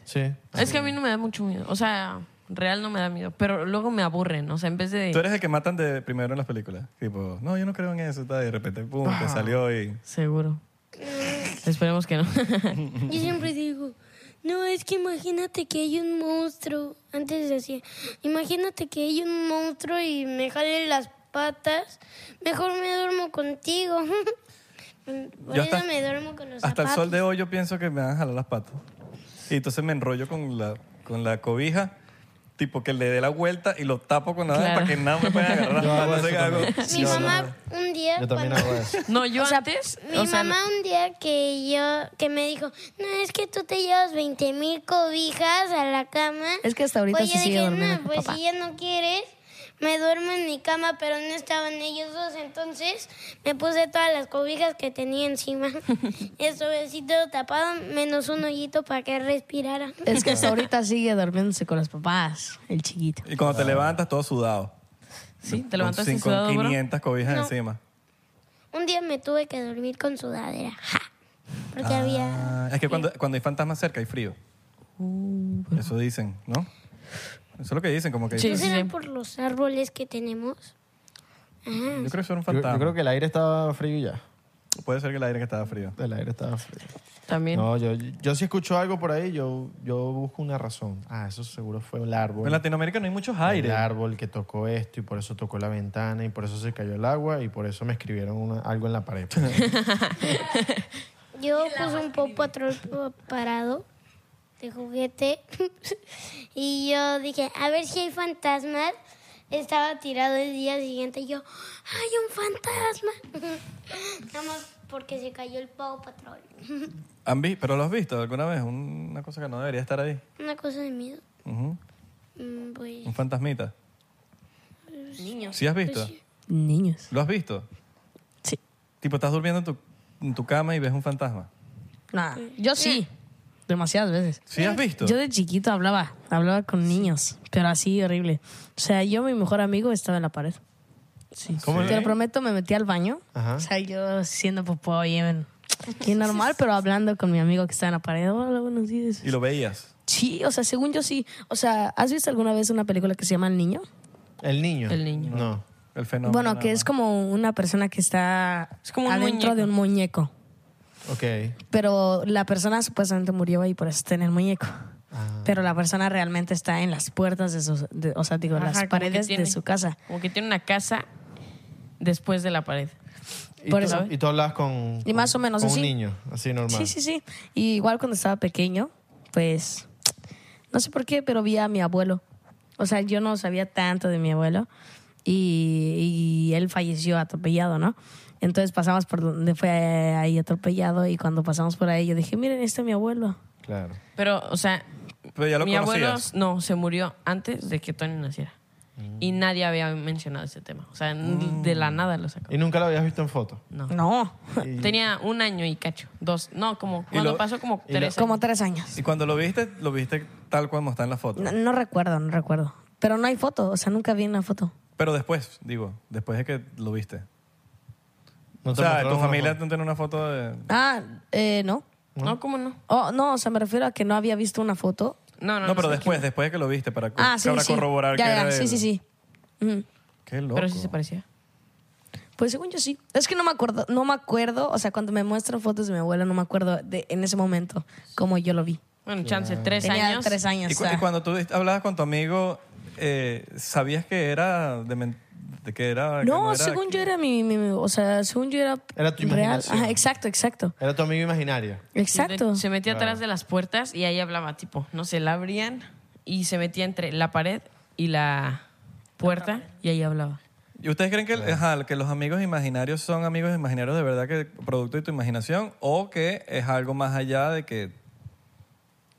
Sí. Es que a mí no me da mucho miedo. O sea, real no me da miedo. Pero luego me aburren. O sea, en vez de. Tú eres el que matan de primero en las películas. Tipo, no, yo no creo en eso. tal, Y de repente, pum, te salió y... Seguro. Esperemos que no. Yo siempre digo, no, es que imagínate que hay un monstruo. Antes decía, imagínate que hay un monstruo y me jale las patas. Mejor me duermo contigo. Por Yo eso hasta- me duermo con los Hasta el zapatos. sol de hoy yo pienso que me van a jalar las patas. Y entonces me enrollo con la, con la cobija, tipo que le dé la vuelta y lo tapo con la Claro. para que nada me pueda agarrar las Yo hago patas. eso Así que hago- también. Mi mamá Ah, un día... Yo también cuando- hago eso. No, yo antes. Mi o sea, mamá un día que yo que me dijo, no, es que tú te llevas 20 mil cobijas a la cama. Es que hasta ahorita Pues yo se sigue dije, durmiendo no, tu pues papá". si ya no quieres, me duermo en mi cama, pero no estaban ellos dos. Entonces me puse todas las cobijas que tenía encima. El sobrecito tapado, menos un hoyito para que respirara. es que hasta ahorita sigue durmiéndose con los papás, el chiquito. Y cuando Ah. te levantas, todo sudado. sí, te Con levantaste cinco- sudado, bro. 500 cobijas No. encima. Un día me tuve que dormir con sudadera. ja, porque había... Ah, es que cuando, cuando hay fantasmas cerca hay frío. Uh, pues Eso dicen, ¿no? Eso es lo que dicen, como que... Sí, ¿No yo será sí. por los árboles que tenemos? Ah, creo que eso era un Yo, yo fantasma. creo que el aire estaba frío y ya. Puede ser que el aire que estaba frío. El aire estaba frío. También. No, yo, yo si escucho algo por ahí, yo, yo busco una razón. Ah, eso seguro fue el árbol. En Latinoamérica no hay muchos El aires. árbol que tocó esto y por eso tocó la ventana y por eso se cayó el agua y por eso me escribieron una- algo en la pared. Yo puse un poco patrón parado de juguete y yo dije, a ver si hay fantasmas. Estaba tirado el día siguiente y yo, hay un fantasma. Nada más porque se cayó el Pau Patrol. ¿Han vi- ¿Pero lo has visto alguna vez? Un- Una cosa que no debería estar ahí. Una cosa de miedo. Ujú. Mm, Pues Un fantasmita. Niños. ¿Sí has visto? Niños. ¿Lo has visto? Sí. Tipo, estás durmiendo en tu, en tu cama y ves un fantasma. Nah, yo sí. Demasiadas veces. ¿Sí has visto? Yo de chiquito hablaba, hablaba con niños, pero así horrible. O sea, yo, mi mejor amigo, estaba en la pared. pues, Sí. ¿Cómo Te le- lo prometo, me metí al baño. Ajá. O sea, yo siendo popó y en- y normal, pero hablando con mi amigo que estaba en la pared. Hola, buenos días. Y lo veías. Sí, o sea, según yo sí. O sea, ¿has visto alguna vez una película que se llama El Niño? El niño. El niño. No. El fenómeno. bueno, que es como una persona que está Es como un adentro muñeco. de un muñeco. Ok. Pero la persona supuestamente murió ahí por eso está en el muñeco. Ah. Pero la persona realmente está en las puertas de sus, de- o sea, digo, Ajá, las como que paredes de tiene- su casa. Como que tiene una casa después de la pared. Y Por tú- eso. Y tú hablabas con. Y más con- o menos Con así. un niño, así normal. Sí, sí, sí. Y igual cuando estaba pequeño, pues no sé por qué, pero vi a mi abuelo. O sea, yo no sabía tanto de mi abuelo y, y él falleció atropellado, ¿no? Entonces pasamos por donde fue ahí atropellado y cuando pasamos por ahí yo dije, miren, este es mi abuelo. Claro. Pero, o sea, Pero ya lo mi abuelo conocías. Mm. no, se murió antes de que Tony naciera. Y nadie había mencionado ese tema. O sea, n- de la nada lo sacó. Y nunca lo habías visto en foto. No. No, Y- Tenía un año y cacho. Dos. No, como Y cuando lo- pasó como y lo- tres como años. tres años. Y cuando lo viste, lo viste tal como está en la foto. No, no recuerdo, no recuerdo. Pero no hay foto, o sea, nunca vi una foto. Pero después, digo, después de que lo viste. No o te sea, mostraron tu una familia foto. no tiene una foto de... Ah, eh, no. No, ¿cómo no? Oh, no, o sea, me refiero a que no había visto una foto. No, no, No, pero sé después, quién. después de que lo viste, para, co- Ah, sí, para sí. corroborar ya, que ya, era sí, él. sí, sí. Ujú. Qué loco. Pero sí se parecía. Pues según yo sí. Es que no me acuerdo, no me acuerdo, o sea, cuando me muestran fotos de mi abuela, no me acuerdo de en ese momento cómo yo lo vi. Bueno, chance, tres Tenía años. tres años. Y, cu- o sea. y cuando tú viste- hablabas con tu amigo, eh, ¿sabías que era... De men- de que era Ah, que no, era- según yo era mi, mi- mi- o sea, según yo era Era tu real. imaginación. Ajá, exacto, exacto. Era tu amigo imaginario. Exacto. Se metía atrás de las puertas y ahí hablaba, tipo, no sé, la abrían y se metía entre la pared y la puerta y ahí hablaba. Ah, ¿Y ustedes creen que, el- ajá, que los amigos imaginarios son amigos imaginarios de verdad que producto de tu imaginación o que es algo más allá de que,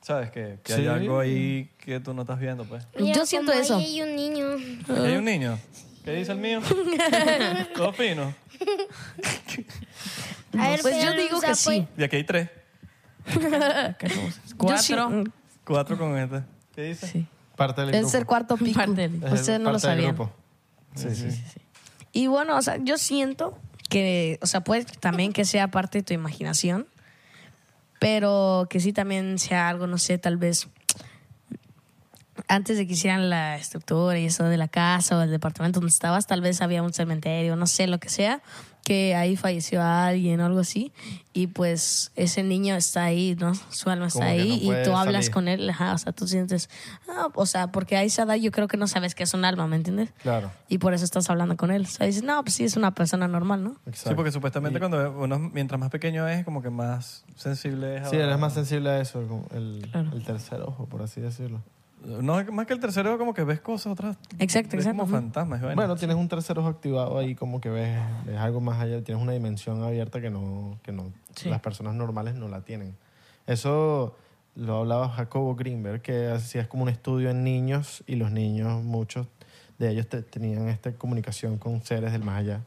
sabes, que, que hay Sí. algo ahí que tú no estás viendo, pues? Yo siento como eso. ahí hay un niño. ¿Y hay un niño? ¿Qué dice el mío? Todo fino. A ver, pues yo pégale un digo que sapo sí. Y aquí hay tres. Yo sí- Cuatro. Cuatro con este. ¿Qué dice? Sí. Parte del es grupo. el cuarto pico. Parte del- Es Ustedes el- no lo parte del sabían. grupo. Sí, sí. Y bueno, o sea, yo siento que, o sea, puede también que sea parte de tu imaginación, pero que sí también sea algo, no sé, tal vez antes de que hicieran la estructura y eso de la casa o el departamento donde estabas, tal vez había un cementerio, no sé, lo que sea, que ahí falleció alguien o algo así, y pues ese niño está ahí, ¿no? Su alma está Como que no ahí puede y tú hablas salir. con él, ajá, o sea, tú sientes, ah, o sea, porque a esa edad yo creo que no sabes que es un alma, ¿me entiendes? Claro. Y por eso estás hablando con él. O sea, dices, no, pues sí, es una persona normal, ¿no? Exacto. Sí, porque supuestamente cuando uno, mientras más pequeño es, como que más sensible es. a- Sí, eres Ah. más sensible a eso, como el, Claro. el tercer ojo, por así decirlo. No, es que- más que el tercero, como que ves cosas otras. Exacto, ves exacto. Como Ujú. fantasmas. y vainas. Bueno, tienes un tercer ojo activado ahí, como que ves, ves algo más allá, tienes una dimensión abierta que no, que no las personas normales no la tienen. Eso lo hablaba Jacobo Greenberg, que hacía como un estudio en niños y los niños, muchos de ellos te- tenían esta comunicación con seres del más allá.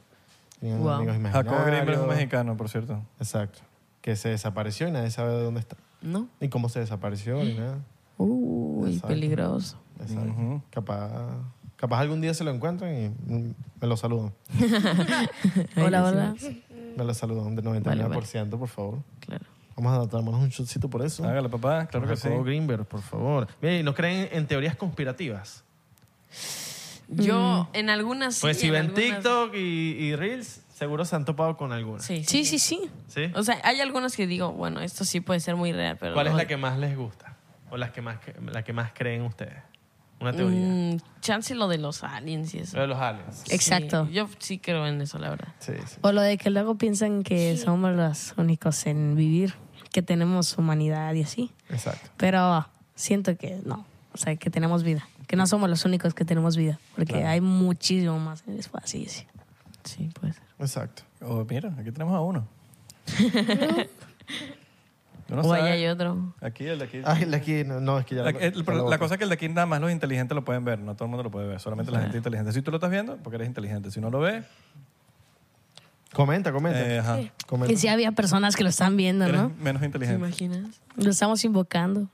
Tenían Wow. amigos imaginarios. Jacob Greenberg es un mexicano, por cierto. Exacto. Que se desapareció y nadie sabe de dónde está. ¿No? Ni cómo se desapareció, ni nada. Uy, Exacto. peligroso. Exacto. Ujú. Capaz, capaz algún día se lo encuentran y mm, me lo saludan. Hola, hola. Me lo saludan de 99%, por favor. Claro. Vamos a tomarnos un shotcito por eso. Hágale, papá, claro que sí. Jacobo Greenberg, por favor. Mire, ¿y no creen en teorías conspirativas? mm. Yo, en algunas. sí, Pues si en ven algunas- TikTok y, y Reels, seguro se han topado con alguna. Sí, sí. Sí, sí, sí. ¿Sí? O sea, hay algunas que digo, bueno, esto sí puede ser muy real, pero. ¿Cuál es no. la que más les gusta? ¿O las que más, la que más creen ustedes? Una teoría. Mm, chance lo de los aliens y eso. Lo de los aliens. Sí, Exacto. yo sí creo en eso, la verdad. Sí, sí. O lo de que luego piensan que somos los únicos en vivir, que tenemos humanidad y así. Exacto. Pero siento que no. O sea, que tenemos vida. Que no somos los únicos que tenemos vida. Porque hay muchísimo más en el espacio. y así. Sí, puede ser. Exacto. Oh, mira, aquí tenemos a uno. Tú no o sabes. allá hay otro. Aquí, el de aquí. Ay, la Ah, aquí, no, no, es que ya La, lo- el- ya pero lo la boté. cosa es que el de aquí nada más los inteligentes lo pueden ver, no todo el mundo lo puede ver, solamente la gente inteligente. Si tú lo estás viendo, porque eres inteligente. Si no lo ves, Comenta, comenta. eh, ajá, comenta. Que sí había personas que lo están viendo, eres ¿no? menos ¿Te inteligente. imaginas? Lo estamos invocando.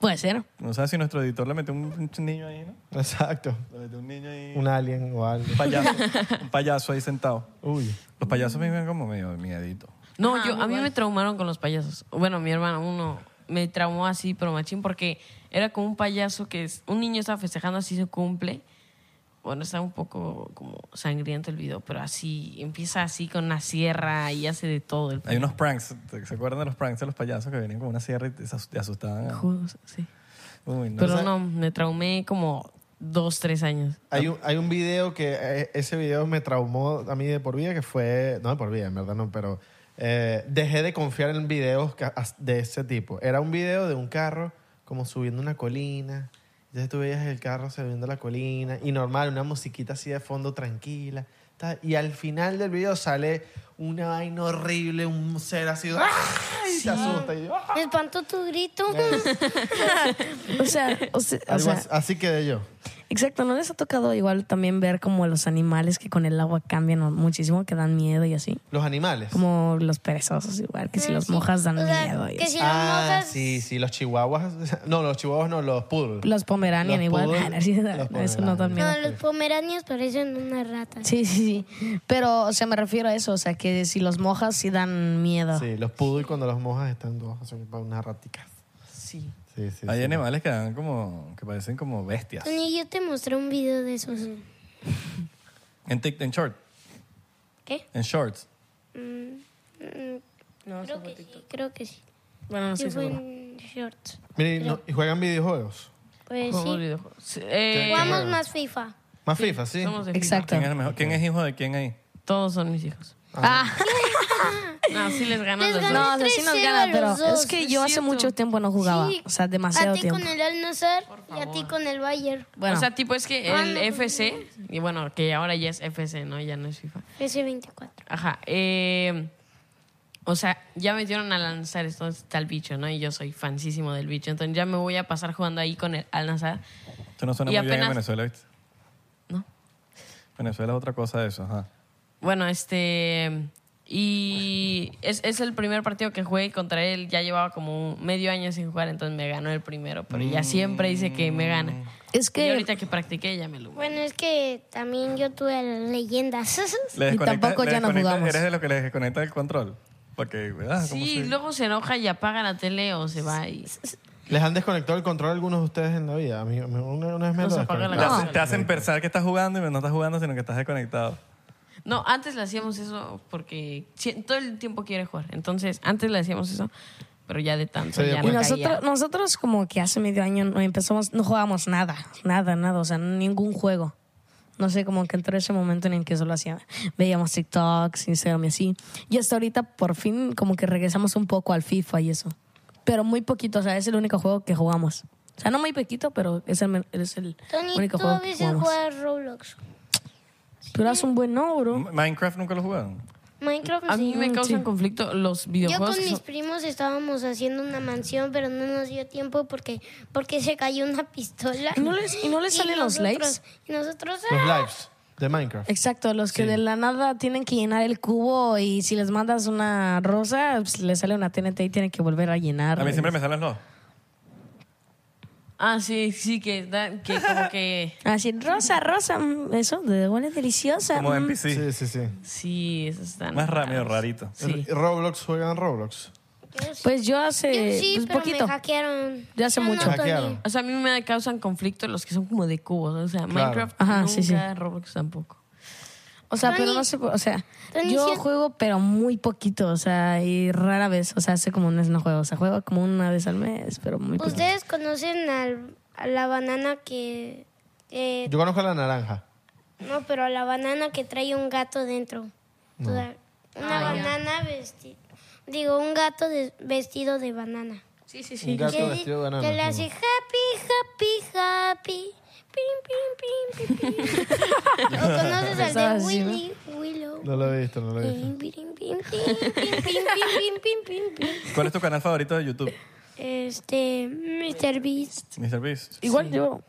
Puede ser. No sabes si nuestro editor le metió un niño ahí, ¿no? Exacto. Le metió un niño ahí. Un alien o algo. Un payaso, un payaso ahí sentado. Uy. Los payasos me ven como medio de miedito. No, Ah, yo, a mí me traumaron con los payasos. Bueno, mi hermano, uno me traumó así, pero machín, porque era como un payaso que es, un niño estaba festejando así se cumple. Bueno, está un poco como sangriento el video, pero así, empieza así con una sierra y hace de todo el Hay unos pranks, ¿te- ¿se acuerdan de los pranks de los payasos que venían con una sierra y te as- te asustaban? Judos, sí. Uy, no. Pero no, me traumé como dos, tres años. Hay un, hay un video que eh, ese video me traumó a mí de por vida, que fue, no de por vida, en verdad no, pero eh, dejé de confiar en videos ca- as- de ese tipo. Era un video de un carro como subiendo una colina, entonces tú veías el carro subiendo la colina y normal, una musiquita así de fondo tranquila. ta, Y al final del video sale una vaina horrible, un ser así, ¡ah! y te asusta. y yo, ¡ah! Me espantó tu grito. O sea, o sea, o Algo sea, así, así quedé yo. exacto, ¿no les ha tocado igual también ver como los animales que con el agua cambian muchísimo, que dan miedo y así? Los animales. Como los perezosos igual, que si los Sí. mojas dan O sea, miedo. Y que así. si los Ah, mojas, sí, sí, los chihuahuas. No, los chihuahuas no, los poodles. Los pomeranian Los igual. poodles, Ah, no, sí, no, los no, eso no da pomeranian. miedo. No, los pomeranios parecen una rata. Sí, sí, sí. Pero, o sea, me refiero a eso, o sea, que si los mojas sí dan miedo. Sí, los poodles cuando los mojas están dos, son para unas raticas. Sí. Sí, sí. Hay sí. animales que dan como, que parecen como bestias. Tony, yo te mostré un video de esos. En, tic- en short, ¿Qué? en shorts. Mm, No, creo que sí, creo que sí. Bueno, no Sí, sé. fue seguro. en shorts. Miren, no- ¿y juegan videojuegos? Pues Juegos de sí. videojuegos. Sí, eh, Jugamos más FIFA. Más FIFA, sí. somos de FIFA. Exacto. ¿Quién es, el mejor? ¿Quién es hijo de quién ahí? Todos son mis hijos. Ah, No, sí les ganan Les los ganan. no, o sea, sí nos 3-0 gana, a pero los dos, es que es yo hace cierto. mucho tiempo no jugaba, Sí. o sea, A demasiado ti tiempo. con el Al-Nassr y a ti con el Bayern. Bueno, O sea, tipo es que Ah, el no. FC, y bueno, que ahora ya es FC, ¿no? Ya no es FIFA. Ese 24. Ajá. eh, o sea, ya metieron al lanzar esto está el bicho, ¿no? Y yo soy fansísimo del bicho. Entonces ya me voy a pasar jugando ahí con el al lanzar. Esto no suena Y muy bien en apenas- Venezuela, ¿viste? No. Venezuela es otra cosa de eso, ajá. Bueno, este. Y es, es el primer partido que jugué contra él. Ya llevaba como un medio año sin jugar, entonces me ganó el primero. Pero ya siempre dice que me gana. Mm. es Y que ahorita que practiqué ya me lo. Bueno, es que también yo tuve leyendas. Le Y desconecta- tampoco le ya no desconecta- jugamos. Eres de los que les desconecta el control. Porque, ¿verdad? Como Sí, si- luego se enoja y apaga la tele o se va y. ¿Les han desconectado el control a algunos de ustedes en la vida? A mí, a mí una, una vez me No lo se apaga la Te, desconectaron. No. hace- te hacen pensar que estás jugando y no estás jugando, sino que estás desconectado. No, antes le hacíamos eso porque si- todo el tiempo quiere jugar. Entonces, antes le hacíamos eso, pero ya de tanto Sí, de ya y no acuerdo. nosotros, caía. nosotros como que hace medio año no empezamos, no jugábamos nada, nada, nada, o sea, ningún juego. No sé, como que entró ese momento en el que solo hacía, veíamos TikToks, Instagram y así. Y hasta ahorita por fin como que regresamos un poco al FIFA y eso. Pero muy poquito, o sea, es el único juego que jugamos. O sea, no muy poquito, pero es el, men- es el Tony, único tú juego a que veces jugamos. juegas Roblox. Pero hace un buen no, bro. M- Minecraft nunca lo jugaron. Minecraft A Pues sí. mí Mm, me causan conflicto los Yo videojuegos. con que mis son- primos estábamos haciendo una mansión, pero no nos dio tiempo porque, porque se cayó una pistola. ¿Y no les- y no les salen los likes? Y nosotros, Los ¡ah! lives de Minecraft. Exacto, los que de la nada tienen que llenar el cubo y si les mandas una rosa, pues, les sale una TNT y tienen que volver a llenar. A mí siempre me salen los. Ah, sí, sí, que, da- que como que. Así, rosa, rosa, mm, eso, de buena es deliciosa. Como mm. NPC. Sí, sí, sí. Sí, eso está. Más rápido, rarito. Sí. Roblox juegan Roblox. Pues yo hace Yo sí, pues, pero poquito. me hackearon. Ya hace Yo no, mucho. Tony. Hackearon. O sea, a mí me causan conflicto los que son como de cubos. O sea, Minecraft Ajá, nunca, sí, sí. Roblox tampoco. O sea, pero Tony, no sé, o sea, Tony, yo sí- juego pero muy poquito, o sea, y rara vez, o sea, hace como un mes no juego, o sea, juego como una vez al mes, pero muy poquito. ¿Ustedes conocen al- a la banana que... que- Yo conozco la naranja. no, pero a la banana que trae un gato dentro. Toda- una banana vestida... Digo, un gato de- vestido de banana. Sí, sí, Un sí. gato que, di- vestido de que le naranja. hace happy, happy, happy. pim, pim, pim, pim, pim. ¿O conoces al de Willy? Willow. No lo he visto, no lo he visto. Pim, pirim, pim, pim, pim, pim, pim, pim, pim, pim. ¿Cuál es tu canal favorito de YouTube? Este, Mr. Beast. Mr. Beast. Igual yo,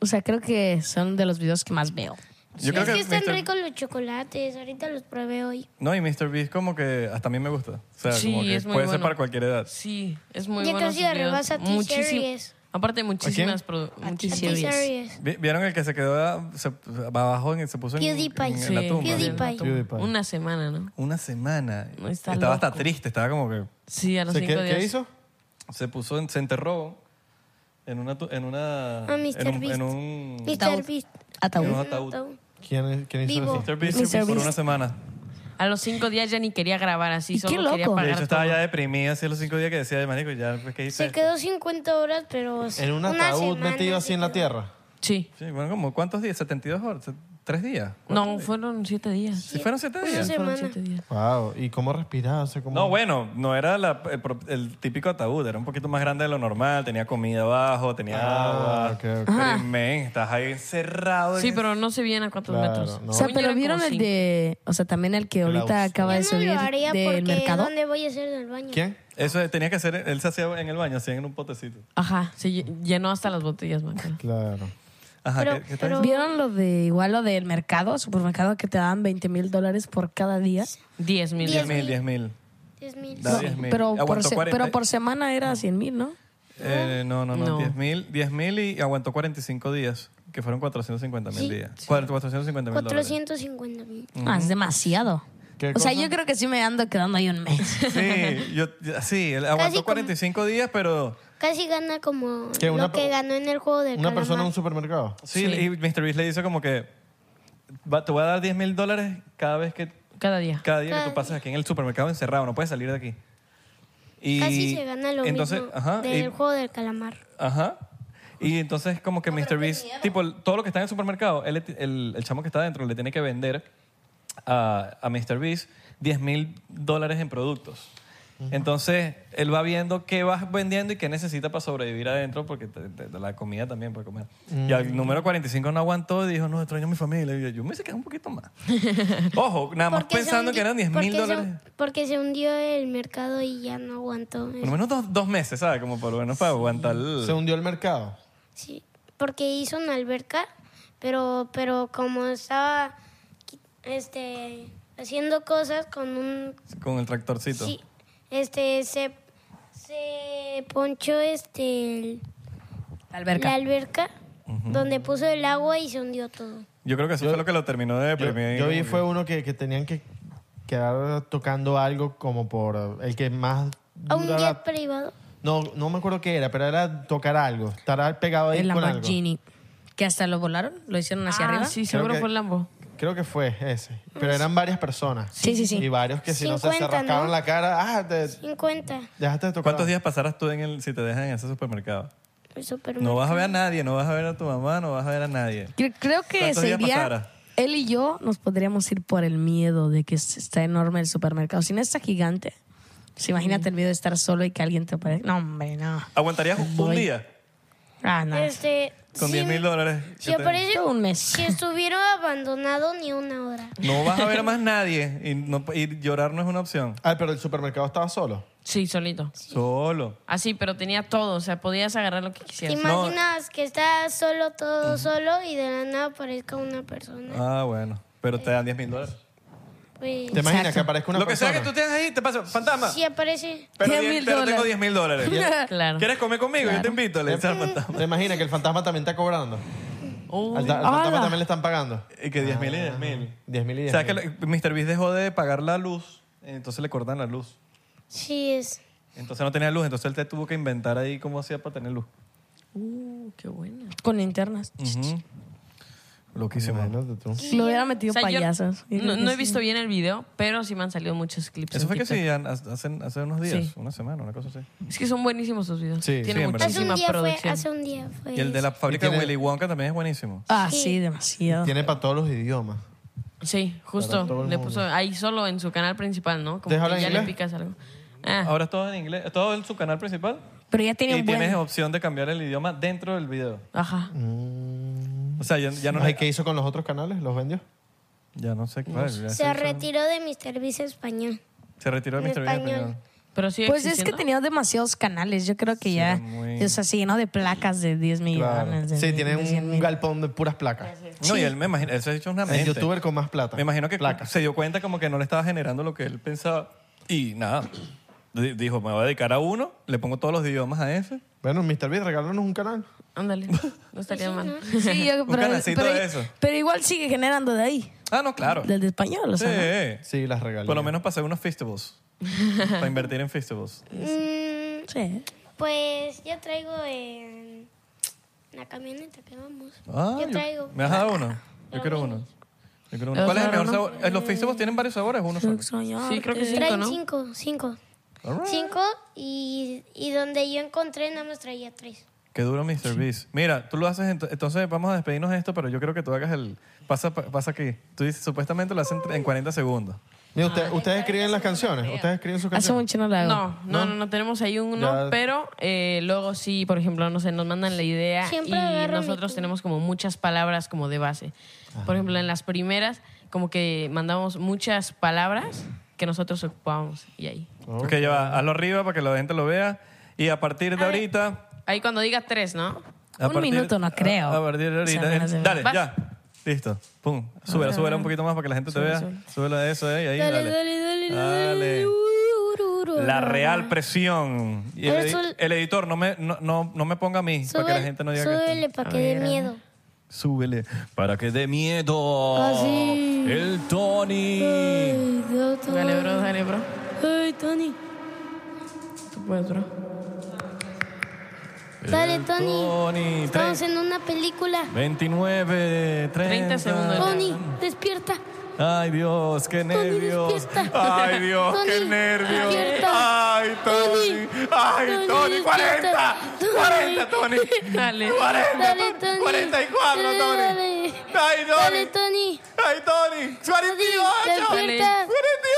o sea, creo que son de los videos que más veo. Yo es que, están Mr. ricos los chocolates, ahorita los probé hoy. No, y Mr. Beast como que hasta a mí me gusta. O sea, Sí, como que es muy puede ser bueno. para cualquier edad. Sí, es muy Ya bueno. casi sus videos. arrebasa a Muchísim- T-Series. Aparte, muchísimas quién? produ- muchísimas. T-Series. Vi- ¿Vieron el que se quedó a- se- abajo en, se puso en, PewDiePie. en Sí, la tumba? PewDiePie. en la tumba. PewDiePie. Una semana, ¿no? Una semana. No, está estaba loco. hasta triste, estaba como que Sí, a O los sea, cinco ¿Qué, días. ¿Qué hizo? se puso en, se enterró en una tu- en una Ah, Mr. en un, Beast. en un- Mr. Beast. en un Ataúd. ataúd. ¿Quién, quién hizo Vivo. eso? Mr. Beast Mr. por Beast. una semana. A los cinco días ya ni quería grabar así, Y solo qué quería loco. pagar De hecho, estaba todo. ya deprimida hace los cinco días que decía, marico, ya, pues, ¿qué hice? Se quedó 50 horas, pero. En un una ataúd semana metido así en la se quedó. tierra. Sí. Sí, bueno, como, ¿cuántos días? ¿72 horas? ¿Tres días? No, fueron siete días. ¿Sí fueron siete Una días? semana. Fueron siete días. Wow, ¿y cómo respiraba? O sea, ¿cómo- No, bueno, no era la- el, pro- el típico ataúd, era un poquito más grande de lo normal, tenía comida abajo, tenía Ah, agua. ok, ok. Pero, men, estás ahí encerrado. Ah. Sí, en- pero no se veían a cuántos Claro, metros. no. O sea, Según yo pero eran vieron como el cinco. de, o sea, también el que ahorita Laos. acaba de Yo no subir lo haría del porque mercado. ¿Dónde voy a hacer del baño? ¿Quién? Eso es- tenía que hacer, él se hacía en el baño, así en un potecito. Ajá, se lle- llenó hasta las botellas, me acuerdo. Claro. Ajá, Pero- Ah, ¿qué, qué tal? pero- ¿Vieron lo de igual lo del mercado, supermercado que te dan 20 mil dólares por cada día? Diez mil. Diez. 10 mil, 10 mil. Es mil. Da No, 10 mil. pero, por Aguantó ¿eh? se- 40. pero por semana era 100 mil, ¿no? Eh, no, no, no, No. 10 mil, 10 mil y aguantó 45 días, que fueron 450 mil Sí. días. 450 mil dólares. 450 mil. Mm, Ah, es demasiado. ¿Qué O sea, cosa? yo creo que sí me ando quedando ahí un mes. Sí, yo, sí, él aguantó como- 45 días, pero Casi gana como ¿Qué, una lo que pe- ganó en el juego del ¿Una persona en calamar. un supermercado? sí, y Mr. Beast le dice como que va- te voy a dar 10 mil dólares cada vez que Cada día. cada día que Cada tú pasas aquí en el supermercado encerrado, no puedes salir de aquí. Y Casi se gana lo entonces, mismo ajá, y- del juego del calamar. Ajá. Y entonces como que Mr. Beast, tipo, todo lo que está en el supermercado, él le ti- el, el chamo que está adentro le tiene que vender a, a Mr. Beast 10 mil dólares en productos. Entonces, él va viendo qué vas vendiendo y qué necesita para sobrevivir adentro, porque te- te- te- la comida también para comer. Mm. Y al número 45 no aguantó y dijo, no, extraño a mi familia. Y yo, yo me hice quedar un poquito más. Ojo, nada más Porque se pensando que hundi- eran 10 porque mil se- dólares. Porque se hundió el mercado y ya no aguantó. Por lo menos dos, dos meses, ¿sabes? Como por lo menos para aguantar. el- ¿Se hundió el mercado? Sí, porque hizo una alberca, pero, pero como estaba qui- este, haciendo cosas con un... Con el tractorcito. Sí, este, se, se ponchó este, el- La la alberca. alberca donde puso el agua y se hundió todo. Yo creo que eso fue lo que lo terminó de Yo, deprimir. yo vi fue uno que, que tenían que quedar tocando algo como por el que más A un duraba- jet privado. No, no me acuerdo qué era, pero era tocar algo, estar pegado ahí El con algo. Lamborghini. Que hasta lo volaron, lo hicieron hacia Ah, arriba. sí, seguro que- fue el Lambo. Creo que fue ese, pero eran varias personas. Mm. Sí, sí, sí. Y varios que si no sé, se 50, rascaron ¿no? la cara, ah, te- 50. dejaste de tocar. ¿Cuántos días pasarás tú en el, si te dejan en ese supermercado? El supermercado. No vas a ver a nadie, no vas a ver a tu mamá, no vas a ver a nadie. Cre- Creo que ¿Cuántos días sería. pasara? Él y yo nos podríamos ir por el miedo de que s- está enorme el supermercado. Si no está gigante, pues imagínate el miedo de estar solo y que alguien te aparezca. No, hombre, no. ¿Aguantarías un Voy. día Ah, no. Este, con si- 10 mil dólares? Si aparece, Todo un mes. si estuviera abandonado ni una hora. No vas a ver a más nadie y, no- y llorar no es una opción. Ah, pero el supermercado estaba solo. Sí, solito. Solo. Así, Ah, pero tenía todo. O sea, podías agarrar lo que ¿Te quisieras. imaginas que estás solo, todo solo y de la nada aparezca una persona? Ah, bueno. Pero te dan 10 mil dólares. Pues, ¿Te imaginas que aparezca una Lo que persona? sea que tú tengas ahí, te pasa. Fantasma. si aparece, Pero, 10.000 diez- pero tengo dólares. 10 mil dólares. Claro. ¿Quieres comer conmigo? Yo te invito. Le dice al fantasma. ¿Te imaginas que el fantasma también está cobrando? Al, ta- al fantasma también le están pagando. Y que 10 mil y 10 mil. 10 Ah, mil y O 10 sea, que lo- Mr. Beast dejó de pagar la luz, entonces le cortan la luz. sí es. Entonces no tenía luz, entonces él te tuvo que inventar ahí cómo hacía para tener luz. Uh, qué bueno. Con linternas. Loquísimo. Lo hubiera metido O sea, yo payasos. Yo creo no, que no he sí. visto bien el video, pero sí me han salido muchos clips. Eso en fue que TikTok. sí, an- hace, hace unos días, Sí. una semana, una cosa así. Es que son buenísimos sus videos. Sí, Tiene sí, en verdad. Hace un muchísima día fue, producción. hace un día fue. Y el de la fábrica de tiene- Willy Wonka también es buenísimo. Ah, sí, demasiado. Tiene para todos los idiomas. Sí, justo. Le puso ahí solo en su canal principal, ¿no? Como ¿Deja que hablar ya en le inglés? picas algo. Ah, Ahora es todo en inglés, es todo en su canal principal Pero ya tiene y un buen... Mm. tienes opción de cambiar el idioma dentro del video. ajá. O sea, ya, ya no, Ay, ¿Qué hizo con los otros canales? ¿Los vendió? ya no sé cuál. ya Se hizo- retiró de MrBeast Español. se retiró de en Mr. Bean español. español. Pero sigue Pues es que existiendo. tenía demasiados canales. Yo creo que Sí, ya. era muy- O sea, sí, ¿no? De placas de 10 Claro. millones. de Sí, mil, tiene de 100 un mil. galpón de puras placas. No, y él me imagino, él se ha hecho una El mente. youtuber con más plata. Me imagino que Placas. se dio cuenta como que no le estaba generando lo que él pensaba. Y nada, di- dijo, me voy a dedicar a uno, le pongo todos los idiomas a ese. Bueno, Mr. Beast, regálanos un canal. Ándale, no estaría mal. Sí, yo, Un pero, canalcito pero- de eso. pero igual sigue generando de ahí, Ah, no, claro. del de español. O Sí, sea, ¿no? Sí, las regalé. por lo menos pasé unos festivals. para invertir en festivals. Mm, Sí. pues yo traigo en la camioneta que vamos. Ah, yo traigo. ¿Me has dado uno? Yo quiero uno. Yo quiero uno. ¿Cuál es el mejor sabor? Eh, Los festivals tienen varios sabores, uno solo. Sí, creo que sí. Traen ¿no? cinco, cinco. Cinco y, y donde yo encontré nada más traía tres. Qué duro Mr. Beast. Mira, tú lo haces, ento- entonces vamos a despedirnos de esto, pero yo creo que tú hagas el... Pasa, pa- pasa aquí. Tú dices, supuestamente lo hacen en 40 segundos. Mira, Ah, usted- ustedes escriben las canciones. Ustedes escriben sus Hace canciones. mucho no la hago. No, no, no, no tenemos ahí uno, Ya. pero eh, luego sí, por ejemplo, no sé, nos mandan la idea Siempre y agarro mi nosotros cubo. tenemos como muchas palabras como de base. Por ejemplo, en las primeras como que mandamos muchas palabras que nosotros ocupábamos y ahí. Ok, ya va. Hazlo arriba para que la gente lo vea. Y a partir de ver. ahorita... Ahí cuando diga tres, ¿no? a Un partir- minuto no a- creo. A, partir de ahorita. O sea, menos de- dale, Vas. ya. Listo. Pum. Súbela, súbela un poquito más para que la gente te vea. Súbela de eso, eh, y ahí, Dale, dale. dale, dale, dale. Dale. La real presión. presión. Y el, edi- Eso- el editor, no me, no, no, no me ponga a mí para que la gente no diga que... Súbele para que dé miedo. Súbele para que dé miedo. Ah, Así. El Tony. Dale, bro, dale, bro. Ay, Tony. Tú puedes, bro. Dale, Tony. Tony. Estamos Tres- en una película. 29, 30. 30 segundos. Tony, despierta. Ay, Dios, qué nervios. despierta. Ay, Dios, qué Tony, nervios. despierta. Ay, Tony. Tony, Ay, Tony, Tony, 40. despierta. 40, Tony. Dale. 40. Dale, Tony. 44, Dale, Tony. Ay, Tony. Dale, Tony. Ay, Tony. 48. Tony, Dale. 50,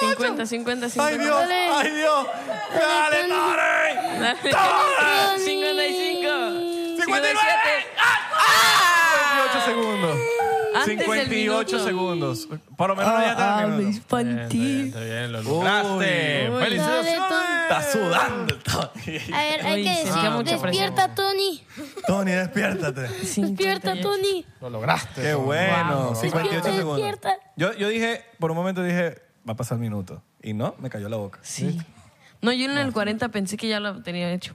48. 50, 50. Ay, Dios, Dale. ay, Dios. Dale, Tony. Tony. Dale. Tony. 55. 59. 8 segundos. Antes del 58 minuto. segundos. Por lo menos no ya Ah, está el minuto. infantil. Lo lograste. Uy. ¡Felicidades! Dale, Tony. Está sudando el Tony. A ver, Uy, hay que sentía decir. mucha Despierta, Tony. Tony, despiértate. Despierta, Tony. Lo lograste. Qué bueno. 58 Despierta, segundos. despierta. Yo, yo dije, por un momento dije, va a pasar el minuto. Y no, me cayó la boca. Sí. No, yo en el 40 pensé que ya lo tenía hecho.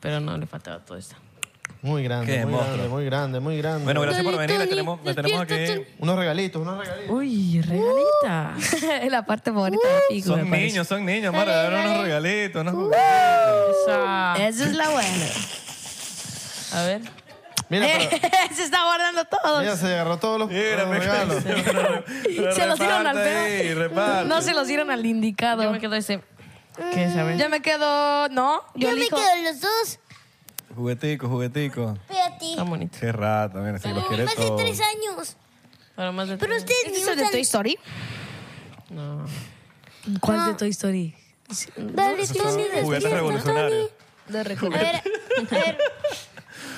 Pero no, le faltaba todo esto. Muy grande, Qué muy monstruo. grande, muy grande, muy grande. Bueno, gracias por Dale, venir. La Tony, tenemos, la tenemos aquí. despierta, unos regalitos, unos regalitos. Uy, regalita. es la parte favorita de Pico. Son me parece. niños, son niños. Mara, Dale, dar unos dale. Uh. regalitos, unos Esa. Uh, Esa es la buena. A ver. Mira, Eh, pero, Se está guardando todo. mira, se agarró todos los, Mira, los me- regalos. Se los dieron al Reparte ahí, pedo. reparte. No se los dieron al Yo indicado. me quedo ese. ¿Qué sabes? Yo me quedo. No, Yo yo me elijo. quedo en los dos. Juguetico, juguetico. Espérate. Está bonito. Qué rato, mira, si los quiere Más de todo. tres años. Para más de Pero tres. ustedes ¿Este ni es el de usan- Toy Story? No. ¿Cuál de Toy Story? Dale, Tony, Juguetes despierta, Tony. revolucionarios. A ver, a ver.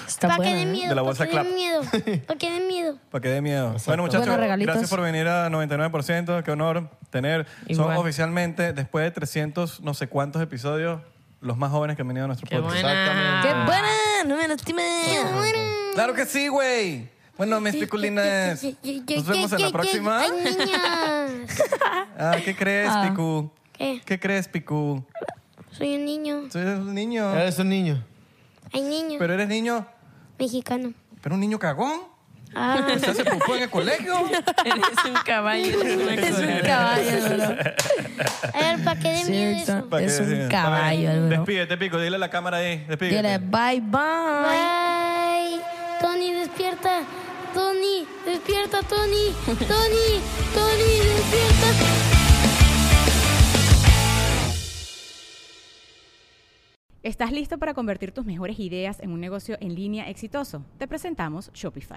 Está Para que buena, dé ¿eh? miedo. De la bolsa Para que Clap. dé miedo. Para que dé miedo. Para que dé miedo. Bueno, muchachos, Buenos regalitos. gracias por venir a 99%. Qué honor tener. Igual. Son oficialmente, después de 300, no sé cuántos episodios, los más jóvenes que han venido a nuestro Qué podcast. buena. ¡Qué buena! ¡No me lastimé! ¡Claro que sí, güey! Bueno, mis piculines, nos vemos en la próxima. Ay, niñas. Ah, ¿qué crees, Picu? ¿Qué? ¿Qué crees, Picu? Soy un niño. Tú eres un niño, Eres un niño. Ay, niño. pero eres niño, Mexicano. pero un niño cagón. Ah. ¿Se hace pupú en el colegio? Eres un caballo. eres una Es cosa. un caballo, bro. A ver, para que dé miedo eso. Pa' Es que- un A ver, caballo, bro. Despídete, Pico, dile a la cámara ahí. Dile Despídete. bye bye. Bye. Tony, despierta. Tony, despierta, Tony. Tony, Tony, despierta. ¿Estás listo para convertir tus mejores ideas en un negocio en línea exitoso? Te presentamos Shopify.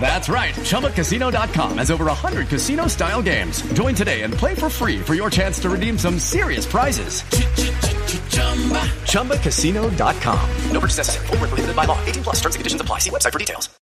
That's right, ChumbaCasino.com has over 100 casino style games. Join today and play for free for your chance to redeem some serious prizes. ChumbaCasino.com. No purchase necessary, forward, prohibited by law, 18 plus terms and conditions apply. See website for details.